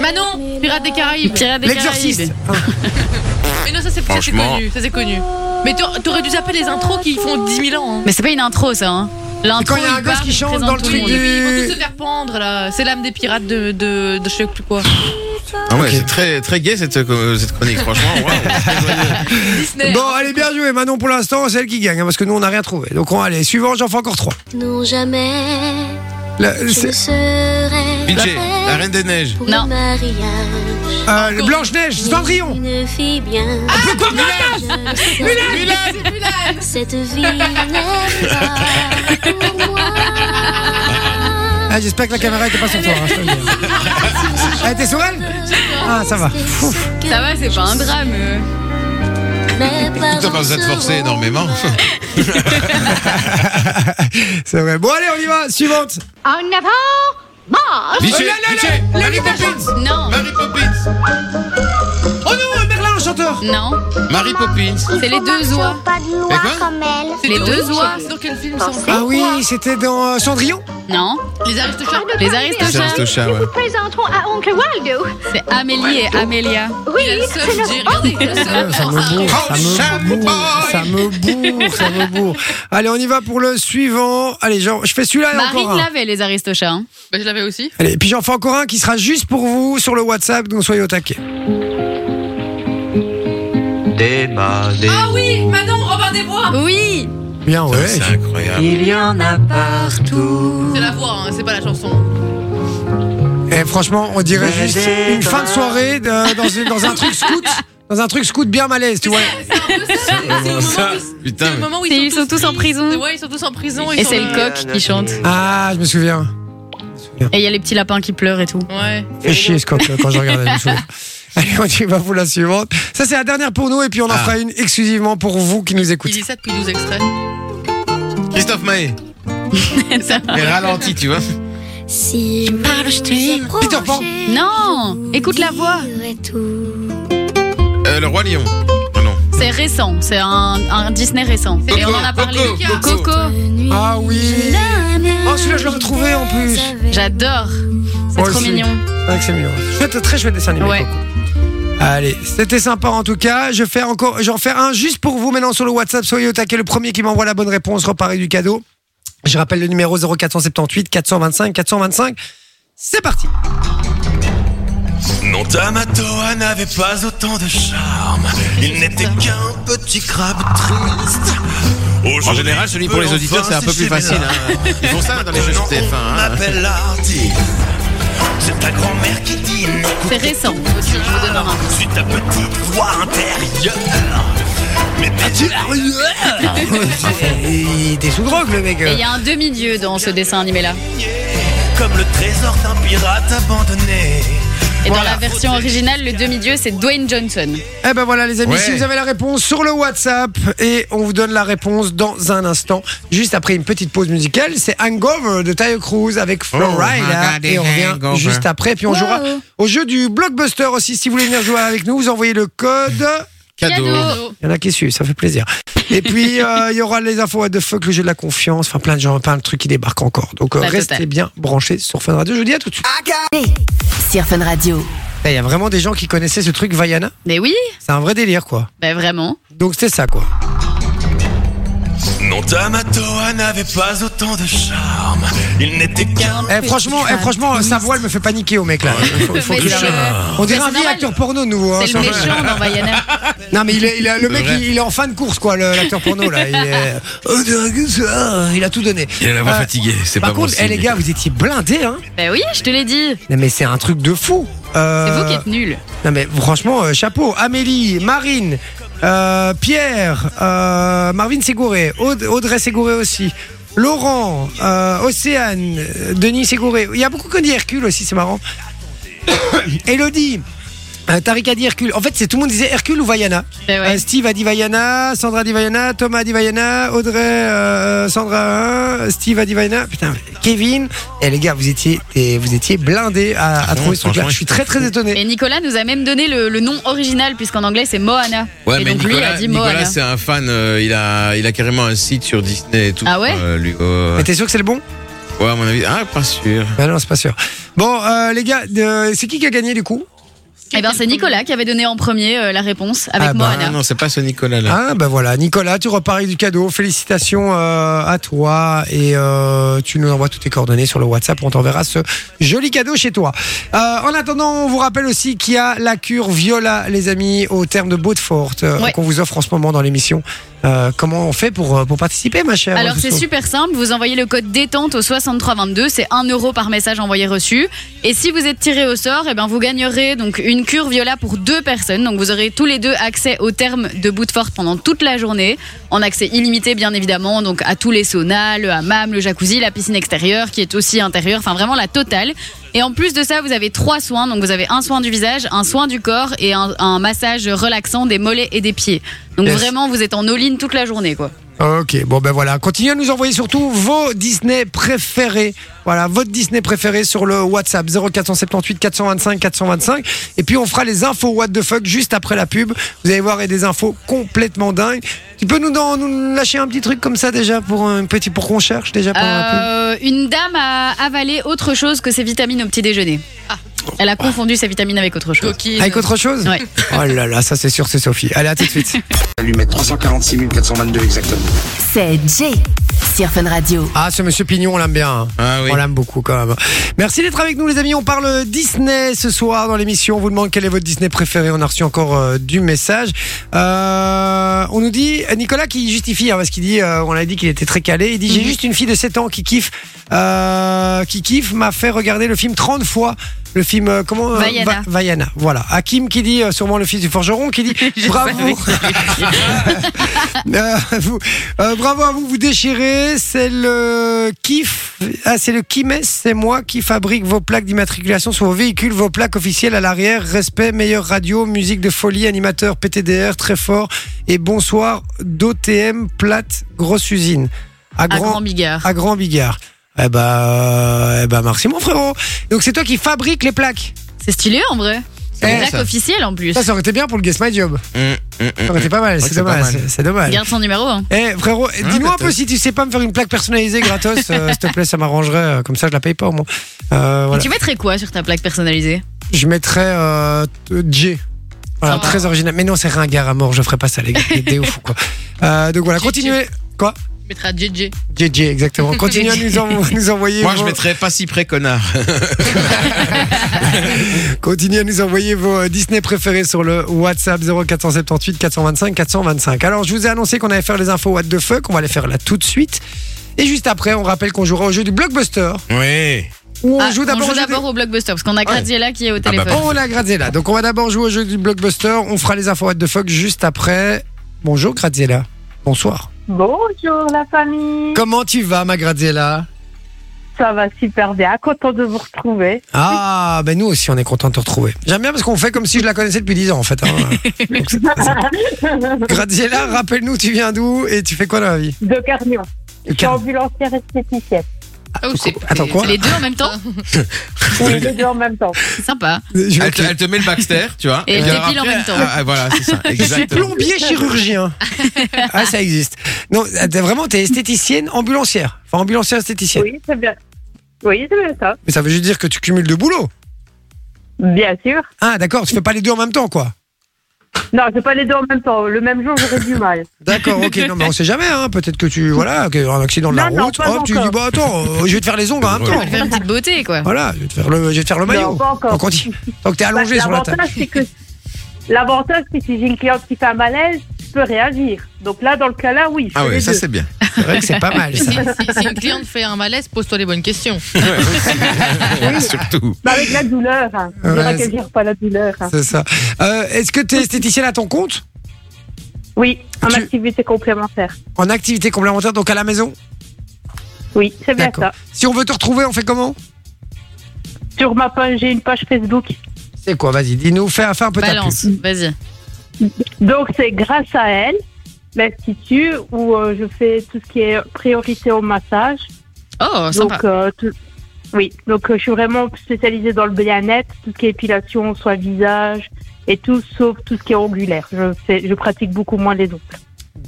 Speaker 4: Manon, Pirates des Caraïbes.
Speaker 5: Pirates des
Speaker 2: L'exorciste.
Speaker 5: Caraïbes.
Speaker 4: Mais non, ça c'est ça, c'est
Speaker 3: Franchement.
Speaker 4: connu. Ça c'est connu. Mais t'a- t'aurais dû zapper les intros qui font 10 000 ans. hein.
Speaker 5: Mais c'est pas une intro ça. Hein. L'intro.
Speaker 2: Quand il y a un
Speaker 5: part,
Speaker 2: gosse qui chante
Speaker 5: présente
Speaker 2: dans le
Speaker 5: tout
Speaker 2: truc
Speaker 5: monde.
Speaker 4: Oui, ils vont
Speaker 2: du.
Speaker 4: tous se faire pendre là. C'est l'âme des pirates de, de, de je sais plus quoi.
Speaker 3: Ah ouais,
Speaker 2: Ok.
Speaker 3: c'est très, très gay cette, euh, cette chronique,
Speaker 2: <laughs>
Speaker 3: franchement. waouh.
Speaker 4: Disney.
Speaker 2: Bon, allez, bien joué. Manon, pour l'instant, c'est elle qui gagne, hein, parce que nous, on n'a rien trouvé. Donc, on allez, suivant, j'en fais encore trois.
Speaker 9: Non, jamais
Speaker 2: La-
Speaker 9: je ne
Speaker 2: c'est-
Speaker 9: serai
Speaker 3: Vinci,
Speaker 9: prête
Speaker 3: la Reine des Neiges.
Speaker 9: pour
Speaker 5: Non.
Speaker 9: le mariage.
Speaker 2: euh, Blanche-Neige, Cendrillon. Ah,
Speaker 9: Une fille bien. Je le sais, Cette vie n'est pas pour moi.
Speaker 2: Ah, J'espère que la caméra était pas sur toi. hein, je te le dis. Elle était sur elle Ah, ça va. Ouf.
Speaker 5: Ça va, c'est pas un drame. euh.
Speaker 2: <laughs>
Speaker 3: Putain, bah, vous êtes forcé énormément.
Speaker 2: Oh,
Speaker 3: <laughs>
Speaker 2: C'est vrai. Bon, allez, on y va. Suivante.
Speaker 9: En avant, marche
Speaker 3: Vichy,
Speaker 2: Oh là là
Speaker 3: Vichy,
Speaker 2: là,
Speaker 3: Mary
Speaker 2: le
Speaker 3: Poppins
Speaker 5: Non,
Speaker 3: Mary Poppins
Speaker 2: Oh non, un Merlin, l'enchanteur.
Speaker 5: non.
Speaker 3: Mary Poppins
Speaker 5: C'est les deux oies.
Speaker 9: Pas de
Speaker 3: Mais quoi
Speaker 9: comme elle.
Speaker 4: C'est
Speaker 5: les
Speaker 4: dans-
Speaker 5: deux oies.
Speaker 4: Dans quel film ça
Speaker 2: Ah oui, c'était dans euh, Cendrillon.
Speaker 5: Non.
Speaker 4: Les Aristochats.
Speaker 5: Les
Speaker 3: C'est
Speaker 5: Aristochats.
Speaker 3: Aristocha, ouais.
Speaker 9: Présentons à Oncle Waldo.
Speaker 5: C'est Amélie et Amélia.
Speaker 9: Oui,
Speaker 4: Il a le seum, je dis, regardez, il a le seum.
Speaker 2: Euh, Ça me bourre, ça me bourre, ça me bourre, ça me bourre. Allez, on y va pour le suivant. Allez, genre, je fais celui-là et encore
Speaker 5: Marine
Speaker 2: un.
Speaker 5: l'avait les Aristochats. hein.
Speaker 4: Bah, je l'avais aussi.
Speaker 2: Allez, et puis j'en fais encore un qui sera juste pour vous sur le WhatsApp, donc soyez au taquet.
Speaker 7: Débat,
Speaker 4: Ah oui, Manon, Robin des Bois.
Speaker 5: Oui.
Speaker 2: Bien, ouais.
Speaker 3: C'est incroyable.
Speaker 7: Il y en a partout.
Speaker 4: C'est la voix, hein, c'est pas la chanson.
Speaker 2: Et Eh, franchement, on dirait
Speaker 7: Mais
Speaker 2: juste
Speaker 7: j'ai
Speaker 2: une fin de
Speaker 7: pas-
Speaker 2: soirée de- dans, une- dans un truc scout, dans un truc scout bien malaise, tu vois.
Speaker 4: C'est le moment
Speaker 3: Ça,
Speaker 4: où ils- c'est
Speaker 3: putain.
Speaker 4: le
Speaker 3: mais-
Speaker 4: moment où
Speaker 5: C'est-
Speaker 4: ils
Speaker 5: ils sont tous en
Speaker 4: tristes.
Speaker 5: prison.
Speaker 4: Ouais, ils sont tous en prison. ils
Speaker 5: Et
Speaker 4: sont-
Speaker 5: c'est le coq qui chante.
Speaker 2: Ah, je me souviens.
Speaker 5: Et il y a les petits lapins qui
Speaker 2: <laughs>
Speaker 5: pleurent et tout.
Speaker 4: Ouais.
Speaker 2: Fait chier ce coq euh, quand je regarde la chose. Allez, on y va pour la suivante. Ça, c'est la dernière pour nous, et puis on en
Speaker 3: Ah.
Speaker 2: fera une exclusivement pour vous qui nous
Speaker 4: Il
Speaker 2: écoutez.
Speaker 4: dit ça depuis 12 extraits.
Speaker 3: Christophe Maé. Mais ralenti, tu vois.
Speaker 9: Si je
Speaker 2: Peter Pan.
Speaker 5: Non, écoute la voix.
Speaker 3: Euh, le Roi Lion. Ah non.
Speaker 5: C'est récent, c'est un, un Disney récent.
Speaker 3: Coco,
Speaker 5: Et on en a parlé.
Speaker 3: Coco,
Speaker 5: Coco.
Speaker 2: Ah oui. Oh, celui-là, je l'ai retrouvé en plus.
Speaker 5: J'adore. C'est
Speaker 2: Moi
Speaker 5: trop
Speaker 2: aussi.
Speaker 5: mignon.
Speaker 2: C'est vrai Ah, que c'est mignon. Chouette, très chouette dessin animé.
Speaker 5: Ouais.
Speaker 2: Coco. Allez, c'était sympa en tout cas. Je fais encore, j'en fais un juste pour vous maintenant sur le WhatsApp. Soyez au taquet. Le premier qui m'envoie la bonne réponse repart du cadeau. Je rappelle le numéro 0478 425 425. C'est parti. <laughs>
Speaker 8: Non, Tamatoa n'avait pas autant de charme. Il n'était qu'un petit crabe triste.
Speaker 3: En général, celui pour les auditeurs, c'est Euh, un peu plus facile. hein. Ils font ça dans les jeux de TF1.
Speaker 8: On
Speaker 3: hein.
Speaker 8: m'appelle l'artiste. C'est ta grand-mère qui dit n'écoute
Speaker 5: C'est récent aussi, je vous donne un.
Speaker 8: suis ta petite voix intérieure. Mais
Speaker 1: Ah,
Speaker 8: t'es
Speaker 2: Il était sous drogue le mec.
Speaker 5: Et il y a un demi-dieu dans ce dessin animé là.
Speaker 8: comme le trésor d'un pirate abandonné.
Speaker 5: Et
Speaker 2: Voilà.
Speaker 5: dans la version originale, le demi-dieu, c'est Dwayne Johnson.
Speaker 2: Eh ben voilà les amis,
Speaker 3: Ouais.
Speaker 2: si vous avez la réponse sur le WhatsApp et on vous donne la réponse dans un instant, juste après une petite pause musicale, c'est Hangover de Tayo Cruz avec
Speaker 3: Oh,
Speaker 2: Florida
Speaker 3: my God,
Speaker 2: et on revient
Speaker 3: Hangover.
Speaker 2: juste après puis on jouera au jeu du blockbuster aussi si vous voulez venir jouer avec nous, vous envoyez le code il y en a qui suivent, ça fait plaisir. Et puis euh, il y aura les infos what the fuck, le jeu de la confiance, enfin plein de gens, plein de trucs qui débarquent encore. Donc euh,
Speaker 5: La
Speaker 2: restez
Speaker 5: totale.
Speaker 2: bien branchés sur Fun Radio. Je vous dis à tout de suite.
Speaker 10: Sur Fun Radio.
Speaker 2: Il y a vraiment des gens qui connaissaient ce truc Vaiana.
Speaker 5: Mais oui,
Speaker 2: C'est un vrai délire quoi.
Speaker 5: ben vraiment.
Speaker 2: Donc c'est ça quoi.
Speaker 8: Non, Tamatoa n'avait pas autant de charme. Il n'était qu'un.
Speaker 2: Eh, franchement, eh, franchement, sa voix elle me fait paniquer au mec là. Il faut- il faut
Speaker 5: Mais
Speaker 2: qu'il
Speaker 5: c'est,
Speaker 2: arrête.
Speaker 5: euh,
Speaker 2: On dirait
Speaker 5: mais
Speaker 2: un
Speaker 5: c'est
Speaker 2: vieil
Speaker 5: normal.
Speaker 2: acteur porno de nouveau. hein,
Speaker 5: C'est
Speaker 2: ça.
Speaker 5: le méchant dans Vaiana.
Speaker 2: <laughs> Non mais il est, il est- le mec
Speaker 3: vrai. Oh,
Speaker 2: il, il est en fin de course quoi, le- l'acteur porno là. Il,
Speaker 3: <laughs>
Speaker 2: est- On dirait que ça, il a tout donné.
Speaker 3: Il a la voix
Speaker 2: Euh,
Speaker 3: fatiguée, c'est pas
Speaker 2: Par contre,
Speaker 3: possible.
Speaker 2: eh, les gars, vous étiez blindés hein.
Speaker 5: Ben oui, je te l'ai dit.
Speaker 2: Non, mais c'est un truc de fou.
Speaker 5: C'est
Speaker 2: Euh,
Speaker 5: vous qui êtes nul.
Speaker 2: Non mais franchement, euh, chapeau. Amélie, Marine, euh, Pierre, euh, Marvin Ségouré, Aud- Audrey Ségouré aussi. Laurent, euh, Océane, euh, Denis Ségouré. Il y a beaucoup qui ont dit Hercule aussi, c'est marrant. <coughs> Elodie, euh, Tariq a dit Hercule. En fait, c'est tout le monde disait Hercule ou Vaiana.
Speaker 5: Ben ouais.
Speaker 2: Euh, Steve a dit Vaiana, Sandra a dit Vaiana, Thomas a dit Vaiana, Audrey, euh, Sandra, hein, Steve a dit Vaiana. Putain, Kevin. Et les gars, vous étiez, et vous étiez blindés à, à trouver ce truc-là.
Speaker 3: franchement,
Speaker 2: Je suis très très étonné.
Speaker 5: Et Nicolas nous a même donné le, le nom original, puisqu'en anglais c'est Moana.
Speaker 3: Ouais,
Speaker 5: et
Speaker 3: mais
Speaker 5: donc lui a
Speaker 3: Nicolas,
Speaker 5: dit
Speaker 3: Nicolas,
Speaker 5: Moana.
Speaker 3: c'est un fan. euh, il, a, il a carrément un site sur Disney et tout.
Speaker 5: Ah ouais
Speaker 3: euh, lui, euh,
Speaker 2: Mais t'es sûr que c'est le bon
Speaker 3: Ouais, à mon avis. Ah, pas sûr.
Speaker 2: Ah non, c'est pas sûr. Bon, euh, les gars, euh, c'est qui qui a gagné du coup
Speaker 5: Eh ben c'est Nicolas qui avait donné en premier euh, la réponse avec
Speaker 2: Ah bah,
Speaker 3: Ah
Speaker 5: Moana.
Speaker 3: non, c'est pas ce Nicolas-là.
Speaker 2: Ah bah voilà, Nicolas, tu repars avec du cadeau. Félicitations euh, à toi et euh, tu nous envoies toutes tes coordonnées sur le WhatsApp. On t'enverra ce joli cadeau chez toi. Euh, en attendant, on vous rappelle aussi qu'il y a la cure Viola, les amis, au terme de Beaudefort euh,
Speaker 5: Ouais.
Speaker 2: qu'on vous offre en ce moment dans l'émission. Euh, comment on fait pour, euh, pour participer, ma chère
Speaker 5: Alors c'est super simple, vous envoyez le code détente au 6322, c'est 1 euro par message envoyé reçu. Et si vous êtes tiré au sort, eh ben vous gagnerez donc une cure Viola pour deux personnes. Donc vous aurez tous les deux accès au terme de Bootfort pendant toute la journée, en accès illimité bien évidemment, donc à tous les saunas, le hammam, le jacuzzi, la piscine extérieure qui est aussi intérieure, enfin vraiment la totale. Et en plus de ça, vous avez trois soins. Donc vous avez un soin du visage, un soin du corps et un, un massage relaxant des mollets et des pieds. Donc
Speaker 2: Yes.
Speaker 5: vraiment, vous êtes en all-in toute la journée quoi.
Speaker 2: Ok, bon ben voilà, continuez à nous envoyer surtout vos Disney préférés. Voilà, votre Disney préféré sur le WhatsApp 0478 425 425. Et puis on fera les infos what the fuck juste après la pub. Vous allez voir, il y a des infos complètement dingues. Tu peux nous, dans- nous lâcher un petit truc comme ça déjà pour un petit pour qu'on cherche déjà pour la
Speaker 5: Euh, une dame a avalé autre chose que ses vitamines au petit déjeuner. Elle a confondu ses vitamines avec autre chose.
Speaker 2: pub.
Speaker 4: Coquine.
Speaker 2: Ah. Avec autre chose
Speaker 5: euh, Ouais.
Speaker 2: Oh là là, ça c'est sûr, c'est Sophie. Allez, à tout de suite.
Speaker 5: <laughs>
Speaker 7: Lui mettre 346 422 exactement.
Speaker 10: C'est Jay. Sur Fun Radio.
Speaker 2: Ah, ce monsieur Pignon, on l'aime bien. hein.
Speaker 3: Ah oui.
Speaker 2: On l'aime beaucoup quand même. Merci d'être avec nous, les amis. On parle Disney ce soir dans l'émission. On vous demande quel est votre Disney préféré. On a reçu encore euh, du message. Euh, on nous dit, Nicolas qui justifie, hein, parce qu'il dit, euh, on a dit qu'il était très calé. Il dit
Speaker 3: Mhm.
Speaker 2: J'ai juste une fille de 7 ans qui kiffe, euh, qui kiffe, m'a fait regarder le film 30 fois. Le film, euh, comment euh,
Speaker 5: Vaiana.
Speaker 2: Va- Vaiana, voilà. Hakim qui dit, euh, sûrement le fils du forgeron, qui dit Bravo Euh, vous- euh, bravo à vous, vous déchirez. C'est le kiff. Ah, c'est le Kimes, c'est moi qui fabrique vos plaques d'immatriculation sur vos véhicules, vos plaques officielles à l'arrière. Respect, meilleure radio, musique de folie, animateur PTDR, très fort. Et bonsoir d'OTM Plate, grosse usine. À
Speaker 5: À
Speaker 2: grand,
Speaker 5: Grand Bigard.
Speaker 2: à grand Bigard. Eh bah, eh bah, merci mon frérot. Donc c'est toi qui fabrique les plaques.
Speaker 5: C'est stylé en vrai.
Speaker 2: Eh,
Speaker 5: C'est une
Speaker 3: ça.
Speaker 5: blague officielle en plus.
Speaker 2: Ça, ça aurait été bien pour le Guess My Job.
Speaker 3: Mm, mm, mm,
Speaker 2: Ça aurait été pas mal, c'est
Speaker 3: c'est pas
Speaker 2: dommage.
Speaker 3: mal.
Speaker 2: c'est- C'est dommage.
Speaker 5: Garde son numéro. hein.
Speaker 2: Eh frérot,
Speaker 3: Ah,
Speaker 2: dis-nous un peu si tu sais pas me faire une plaque personnalisée gratos, euh, s'il te plaît, ça m'arrangerait. euh, Comme ça, je la paye pas au moins. Euh,
Speaker 5: Et
Speaker 2: voilà.
Speaker 5: Tu mettrais quoi sur ta plaque personnalisée
Speaker 2: Je mettrais euh, t- J. Voilà,
Speaker 5: Ça va.
Speaker 2: très original. Mais non, c'est ringard à mort, je ferai pas ça, les gars. Des- Des ouf, quoi. Euh, donc voilà,
Speaker 4: JJ.
Speaker 2: continuez. Quoi
Speaker 4: Tu mettras JJ.
Speaker 2: JJ, exactement. Continuez à nous, envo- nous envoyer.
Speaker 3: mm. Moi, je
Speaker 2: vos-
Speaker 3: mettrais pas si près, connard.
Speaker 2: Continuez à nous envoyer vos euh, Disney préférés sur le WhatsApp 0478 425 425. Alors, je vous ai annoncé qu'on allait faire les infos What the fuck. On va les faire là tout de suite. Et juste après, on rappelle qu'on jouera au jeu du blockbuster.
Speaker 3: oui.
Speaker 2: Où on
Speaker 5: Ah,
Speaker 2: joue d'abord
Speaker 5: joue
Speaker 2: au jeu Ah du-
Speaker 5: d'abord au blockbuster parce qu'on a Graziella qui est au téléphone.
Speaker 2: On l'a gradé là. Donc on va d'abord jouer au jeu du blockbuster. On fera les infos what the fuck juste après. Bonjour Graziella. Bonsoir.
Speaker 9: Bonjour la famille.
Speaker 2: Comment tu vas ma Graziella
Speaker 11: Ça va super bien. Content de vous retrouver.
Speaker 2: Ah, ben nous aussi, on est content de te retrouver. J'aime bien parce qu'on fait comme si je la connaissais depuis 10 ans, en fait. hein. Donc, c'est- c'est- Graziella, rappelle-nous, tu viens d'où et tu fais quoi dans la vie
Speaker 11: De Carnion. Je suis ambulancière esthéticienne.
Speaker 4: Ah
Speaker 2: Attends, quoi
Speaker 5: Les deux en
Speaker 2: <laughs>
Speaker 5: même temps
Speaker 11: On est les deux en même temps.
Speaker 5: Sympa.
Speaker 3: Elle
Speaker 2: euh,
Speaker 3: te, elle te met le Baxter, tu vois.
Speaker 5: <laughs> Et elle
Speaker 3: puis
Speaker 5: te pile en
Speaker 3: après,
Speaker 5: même temps.
Speaker 3: ah, ah, voilà, c'est ça.
Speaker 2: Je suis
Speaker 3: Exactement.
Speaker 2: plombier chirurgien. Ah, ça existe. Non, t'es vraiment, t'es esthéticienne ambulancière. Enfin, ambulancière esthéticienne.
Speaker 11: Oui, c'est bien. Oui, c'est bien ça.
Speaker 2: Mais ça veut juste dire que tu cumules deux boulots.
Speaker 11: Bien sûr.
Speaker 2: Ah, d'accord, tu fais pas les deux en même temps, quoi.
Speaker 11: Non, c'est pas les deux en même temps. Le même jour, j'aurais du mal.
Speaker 2: D'accord, ok, non, mais on sait jamais, hein. Peut-être que tu, voilà, qu'il y a un accident de la
Speaker 11: Non, non,
Speaker 2: route,
Speaker 11: pas
Speaker 2: hop, tu dis,
Speaker 11: encore.
Speaker 2: bah attends, euh, je vais te faire les ongles en même
Speaker 5: On va
Speaker 2: temps.
Speaker 4: <laughs>
Speaker 5: lui faire une petite beauté, quoi.
Speaker 2: Voilà, je vais te faire le, je vais te faire le
Speaker 11: Non,
Speaker 2: maillot.
Speaker 11: pas encore.
Speaker 2: On continue. Tant que t'es allongé
Speaker 11: Bah,
Speaker 2: sur la table.
Speaker 11: L'avantage, c'est que. L'avantage, c'est que si j'ai une cliente qui fait un malaise, je peux réagir. Donc là, dans le cas là, oui. je
Speaker 3: Ah
Speaker 11: fais
Speaker 3: ouais,
Speaker 11: les
Speaker 3: ça
Speaker 11: deux.
Speaker 3: c'est bien.
Speaker 2: C'est vrai que c'est pas mal,
Speaker 4: Si,
Speaker 11: <laughs>
Speaker 2: ça.
Speaker 4: si- si une cliente fait un malaise, pose-toi les bonnes questions.
Speaker 3: <laughs> Surtout.
Speaker 11: Bah, avec la douleur. Hein.
Speaker 2: Ouais,
Speaker 11: ne
Speaker 2: c'est-
Speaker 11: recueillir pas la douleur. hein.
Speaker 2: C'est ça. Euh, Est-ce que t'es esthéticienne à ton compte
Speaker 11: Oui, en
Speaker 2: Tu-
Speaker 11: activité complémentaire.
Speaker 2: En activité complémentaire, donc à la maison
Speaker 11: Oui, c'est bien
Speaker 2: D'accord.
Speaker 11: ça.
Speaker 2: Si on veut te retrouver, on fait comment
Speaker 11: Sur ma page, j'ai une page Facebook.
Speaker 2: C'est quoi Vas-y, dis-nous, fais, fais un peu
Speaker 5: Balance,
Speaker 2: ta pub.
Speaker 5: vas-y.
Speaker 11: Donc c'est grâce à elle, l'institut, où euh, je fais tout ce qui est priorité au massage.
Speaker 5: Oh, sympa.
Speaker 11: Donc, euh, tout- Oui, donc euh, je suis vraiment spécialisée dans le bien-être, tout ce qui est épilation, soit visage et tout, sauf tout ce qui est angulaire. Je, fais, je pratique beaucoup moins les autres.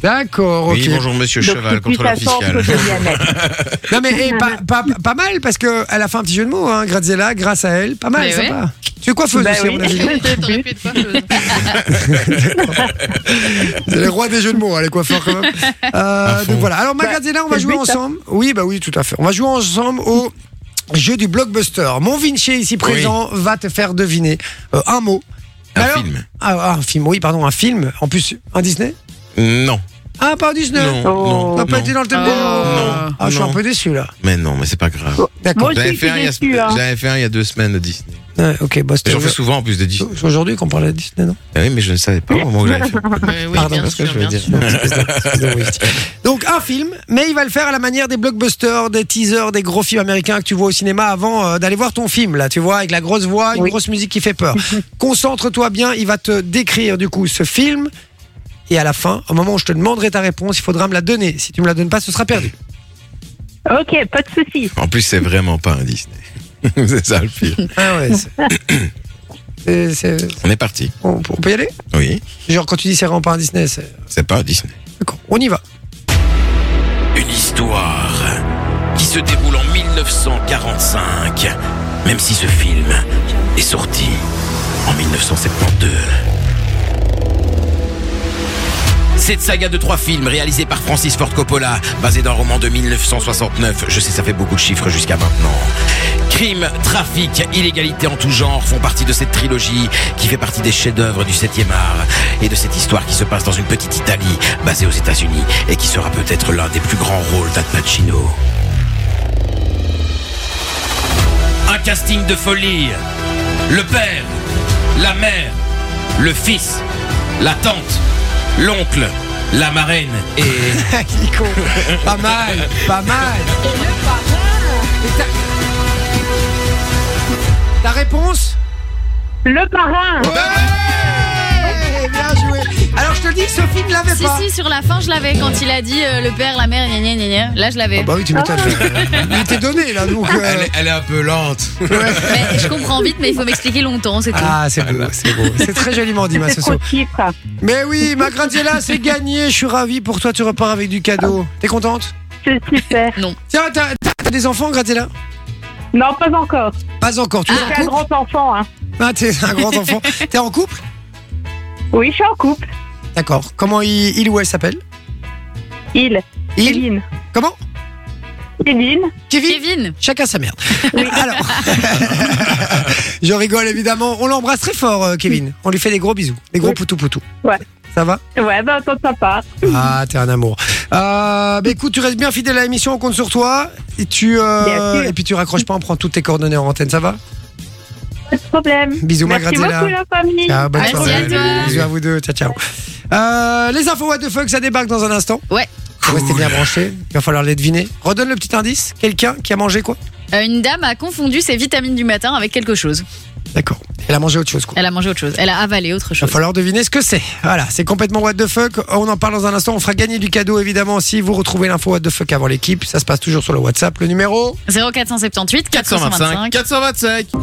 Speaker 2: D'accord, ok.
Speaker 3: Oui, bonjour monsieur
Speaker 11: Donc,
Speaker 3: Cheval,
Speaker 11: c'est plus
Speaker 3: contrôleur
Speaker 11: la force
Speaker 3: fiscal.
Speaker 11: que le bien-être.
Speaker 2: Non mais eh, pas, pas, pas mal parce que elle a fait un petit jeu de mots, hein, Graziella, grâce à elle, pas mal,
Speaker 5: Mais
Speaker 2: sympa. Tu es coiffeuse
Speaker 11: Ben
Speaker 2: aussi,
Speaker 11: oui.
Speaker 2: à mon avis.
Speaker 4: T'aurais pu être coiffeuse.
Speaker 2: C'est le roi des jeux de mots, hein, les coiffeurs quand
Speaker 3: <laughs>
Speaker 2: même. Euh, donc voilà. Alors, Magazella, on va
Speaker 11: Bah, c'est
Speaker 2: jouer
Speaker 11: le but, hein. ça.
Speaker 2: ensemble. Oui, bah oui, tout à fait. On va jouer ensemble au jeu du blockbuster. Mon Vinci, ici présent, va te faire deviner euh, un mot.
Speaker 3: Un
Speaker 2: Alors-
Speaker 3: film.
Speaker 2: Ah, ah, un film, oui, pardon, un film. En plus, un Disney
Speaker 3: Non.
Speaker 2: Ah, pas un Disney
Speaker 3: Non,
Speaker 11: Oh.
Speaker 3: non,
Speaker 2: T'as pas
Speaker 3: non.
Speaker 2: été dans le thème
Speaker 5: Ah.
Speaker 2: des-
Speaker 5: Non.
Speaker 2: Ah, je suis
Speaker 3: Non.
Speaker 2: un peu déçu là.
Speaker 3: Mais non, mais c'est pas grave.
Speaker 2: D'accord.
Speaker 11: Moi aussi,
Speaker 3: J'avais
Speaker 11: je
Speaker 3: fait,
Speaker 11: suis
Speaker 3: un il y a-
Speaker 11: déçue. hein.
Speaker 3: j'avais fait un il y a deux semaines de Disney.
Speaker 2: Ouais, ok, bah
Speaker 3: Et
Speaker 2: c'était
Speaker 3: J'en fais souvent en plus de Disney.
Speaker 2: c'est aujourd'hui qu'on parlait de Disney, non
Speaker 3: Ah oui, mais je ne savais pas au moment où
Speaker 4: <laughs>
Speaker 3: j'avais fait.
Speaker 4: Mais oui,
Speaker 2: Pardon,
Speaker 4: bien
Speaker 2: parce
Speaker 3: que
Speaker 4: sûr,
Speaker 3: je veux
Speaker 4: bien
Speaker 3: dire.
Speaker 4: sûr.
Speaker 2: Donc un film, mais il va le faire à la manière des blockbusters, des teasers, des gros films américains que tu vois au cinéma avant euh, d'aller voir ton film. Là, tu vois, avec la grosse voix, une
Speaker 11: Oui.
Speaker 2: grosse musique qui fait <laughs> peur. Concentre-toi bien, il va te décrire du coup ce film. Et à la fin, au moment où je te demanderai ta réponse, il faudra me la donner. Si tu me la donnes pas, ce sera perdu.
Speaker 11: Ok, pas de souci.
Speaker 3: En plus, c'est vraiment pas un Disney. <laughs> c'est ça le pire.
Speaker 2: <laughs> Ah ouais. c'est- c'est- c'est-
Speaker 3: On est parti.
Speaker 2: on, on peut y aller
Speaker 3: Oui,
Speaker 2: Genre quand tu dis c'est vraiment pas un Disney, c'est...
Speaker 3: c'est pas un Disney.
Speaker 2: D'accord, on y va.
Speaker 8: Une histoire qui se déroule en 1945, même si ce film est sorti en 1972. Cette saga de trois films réalisée par Francis Ford Coppola, basée d'un roman de 1969, je sais ça fait beaucoup de chiffres jusqu'à maintenant. Crime, trafic, illégalité en tout genre font partie de cette trilogie qui fait partie des chefs-d'œuvre du 7e art et de cette histoire qui se passe dans une petite Italie basée aux États-Unis et qui sera peut-être l'un des plus grands rôles d'Al Pacino. Un casting de folie. Le père, la mère, le fils, la tante, l'oncle, la marraine et...
Speaker 2: Il est con. pas mal, pas mal. Et ta- Ta réponse Bah
Speaker 11: Le parrain.
Speaker 2: Ouais, Bien joué. Alors je te dis que Sophie ne l'avait
Speaker 5: Si,
Speaker 2: pas.
Speaker 5: si, sur la fin, je l'avais quand il a dit euh, le père, la mère, gna gna gna gna. Là, je l'avais.
Speaker 2: Ah bah oui, tu m'étonnes. Il était donné là, donc. euh,
Speaker 3: Elle, est- elle est un peu lente.
Speaker 5: Mais je comprends vite, mais il faut m'expliquer longtemps, c'est tout.
Speaker 2: bah. Ah, c'est beau, c'est beau. C'est très joliment dit, ma
Speaker 11: C'est trop
Speaker 2: Soso.
Speaker 11: de chiffres.
Speaker 2: Mais oui, ma Graziella, c'est gagné. Je suis ravi pour toi. Tu repars avec du cadeau. T'es contente
Speaker 11: C'est super.
Speaker 2: <laughs> Tiens, t'as t'as des enfants, Graziella
Speaker 11: Non, pas encore.
Speaker 2: Pas encore. Tu
Speaker 11: Je
Speaker 2: es
Speaker 11: suis
Speaker 2: en
Speaker 11: un
Speaker 2: couple
Speaker 11: grand enfant. Hein.
Speaker 2: Ah, t'es un grand enfant. T'es en couple
Speaker 11: Oui, je suis en couple.
Speaker 2: D'accord. Comment il, il ou elle s'appelle
Speaker 11: Il.
Speaker 2: Il.
Speaker 11: Kevin.
Speaker 2: Comment
Speaker 11: Kevin.
Speaker 2: Kevin
Speaker 5: Kevin,
Speaker 2: Chacun sa
Speaker 11: <laughs>
Speaker 2: merde. Alors, <laughs> je rigole évidemment. On l'embrasse très fort, euh, Kevin. On lui fait des gros bisous, des gros
Speaker 11: Oui.
Speaker 2: poutou poutou.
Speaker 11: Ouais.
Speaker 2: Ça va
Speaker 11: Ouais, ben, attends, ça part.
Speaker 2: Ah, t'es un amour. Euh, bah, écoute, tu restes bien fidèle à l'émission. On compte sur toi. Et tu euh,
Speaker 11: Bien sûr.
Speaker 2: et puis tu raccroches pas. On prend toutes tes coordonnées en antenne. Ça va
Speaker 11: Pas de problème.
Speaker 2: Bisous, ma
Speaker 11: Merci
Speaker 2: Graziella.
Speaker 11: beaucoup, la famille.
Speaker 2: Ah, bonne
Speaker 5: Merci
Speaker 2: soirée.
Speaker 5: à toi.
Speaker 2: Bisous à vous deux. Ciao ciao. Euh, les infos what the fuck, ça débarque dans un instant.
Speaker 5: Ouais.
Speaker 2: Vous restez bien branchés. Il va falloir les deviner. Redonne le petit indice. Quelqu'un qui a mangé quoi
Speaker 5: Euh, Une dame a confondu ses vitamines du matin avec quelque chose.
Speaker 2: D'accord. Elle a mangé autre chose, quoi.
Speaker 5: Elle a mangé autre chose. Elle a avalé autre
Speaker 2: Il va
Speaker 5: chose.
Speaker 2: falloir deviner ce que c'est. Voilà, c'est complètement what the fuck. On en parle dans un instant. On fera gagner du cadeau, évidemment, si vous retrouvez l'info what the fuck avant l'équipe. Ça se passe toujours sur le WhatsApp. Le numéro
Speaker 5: 0478 425.
Speaker 8: 425.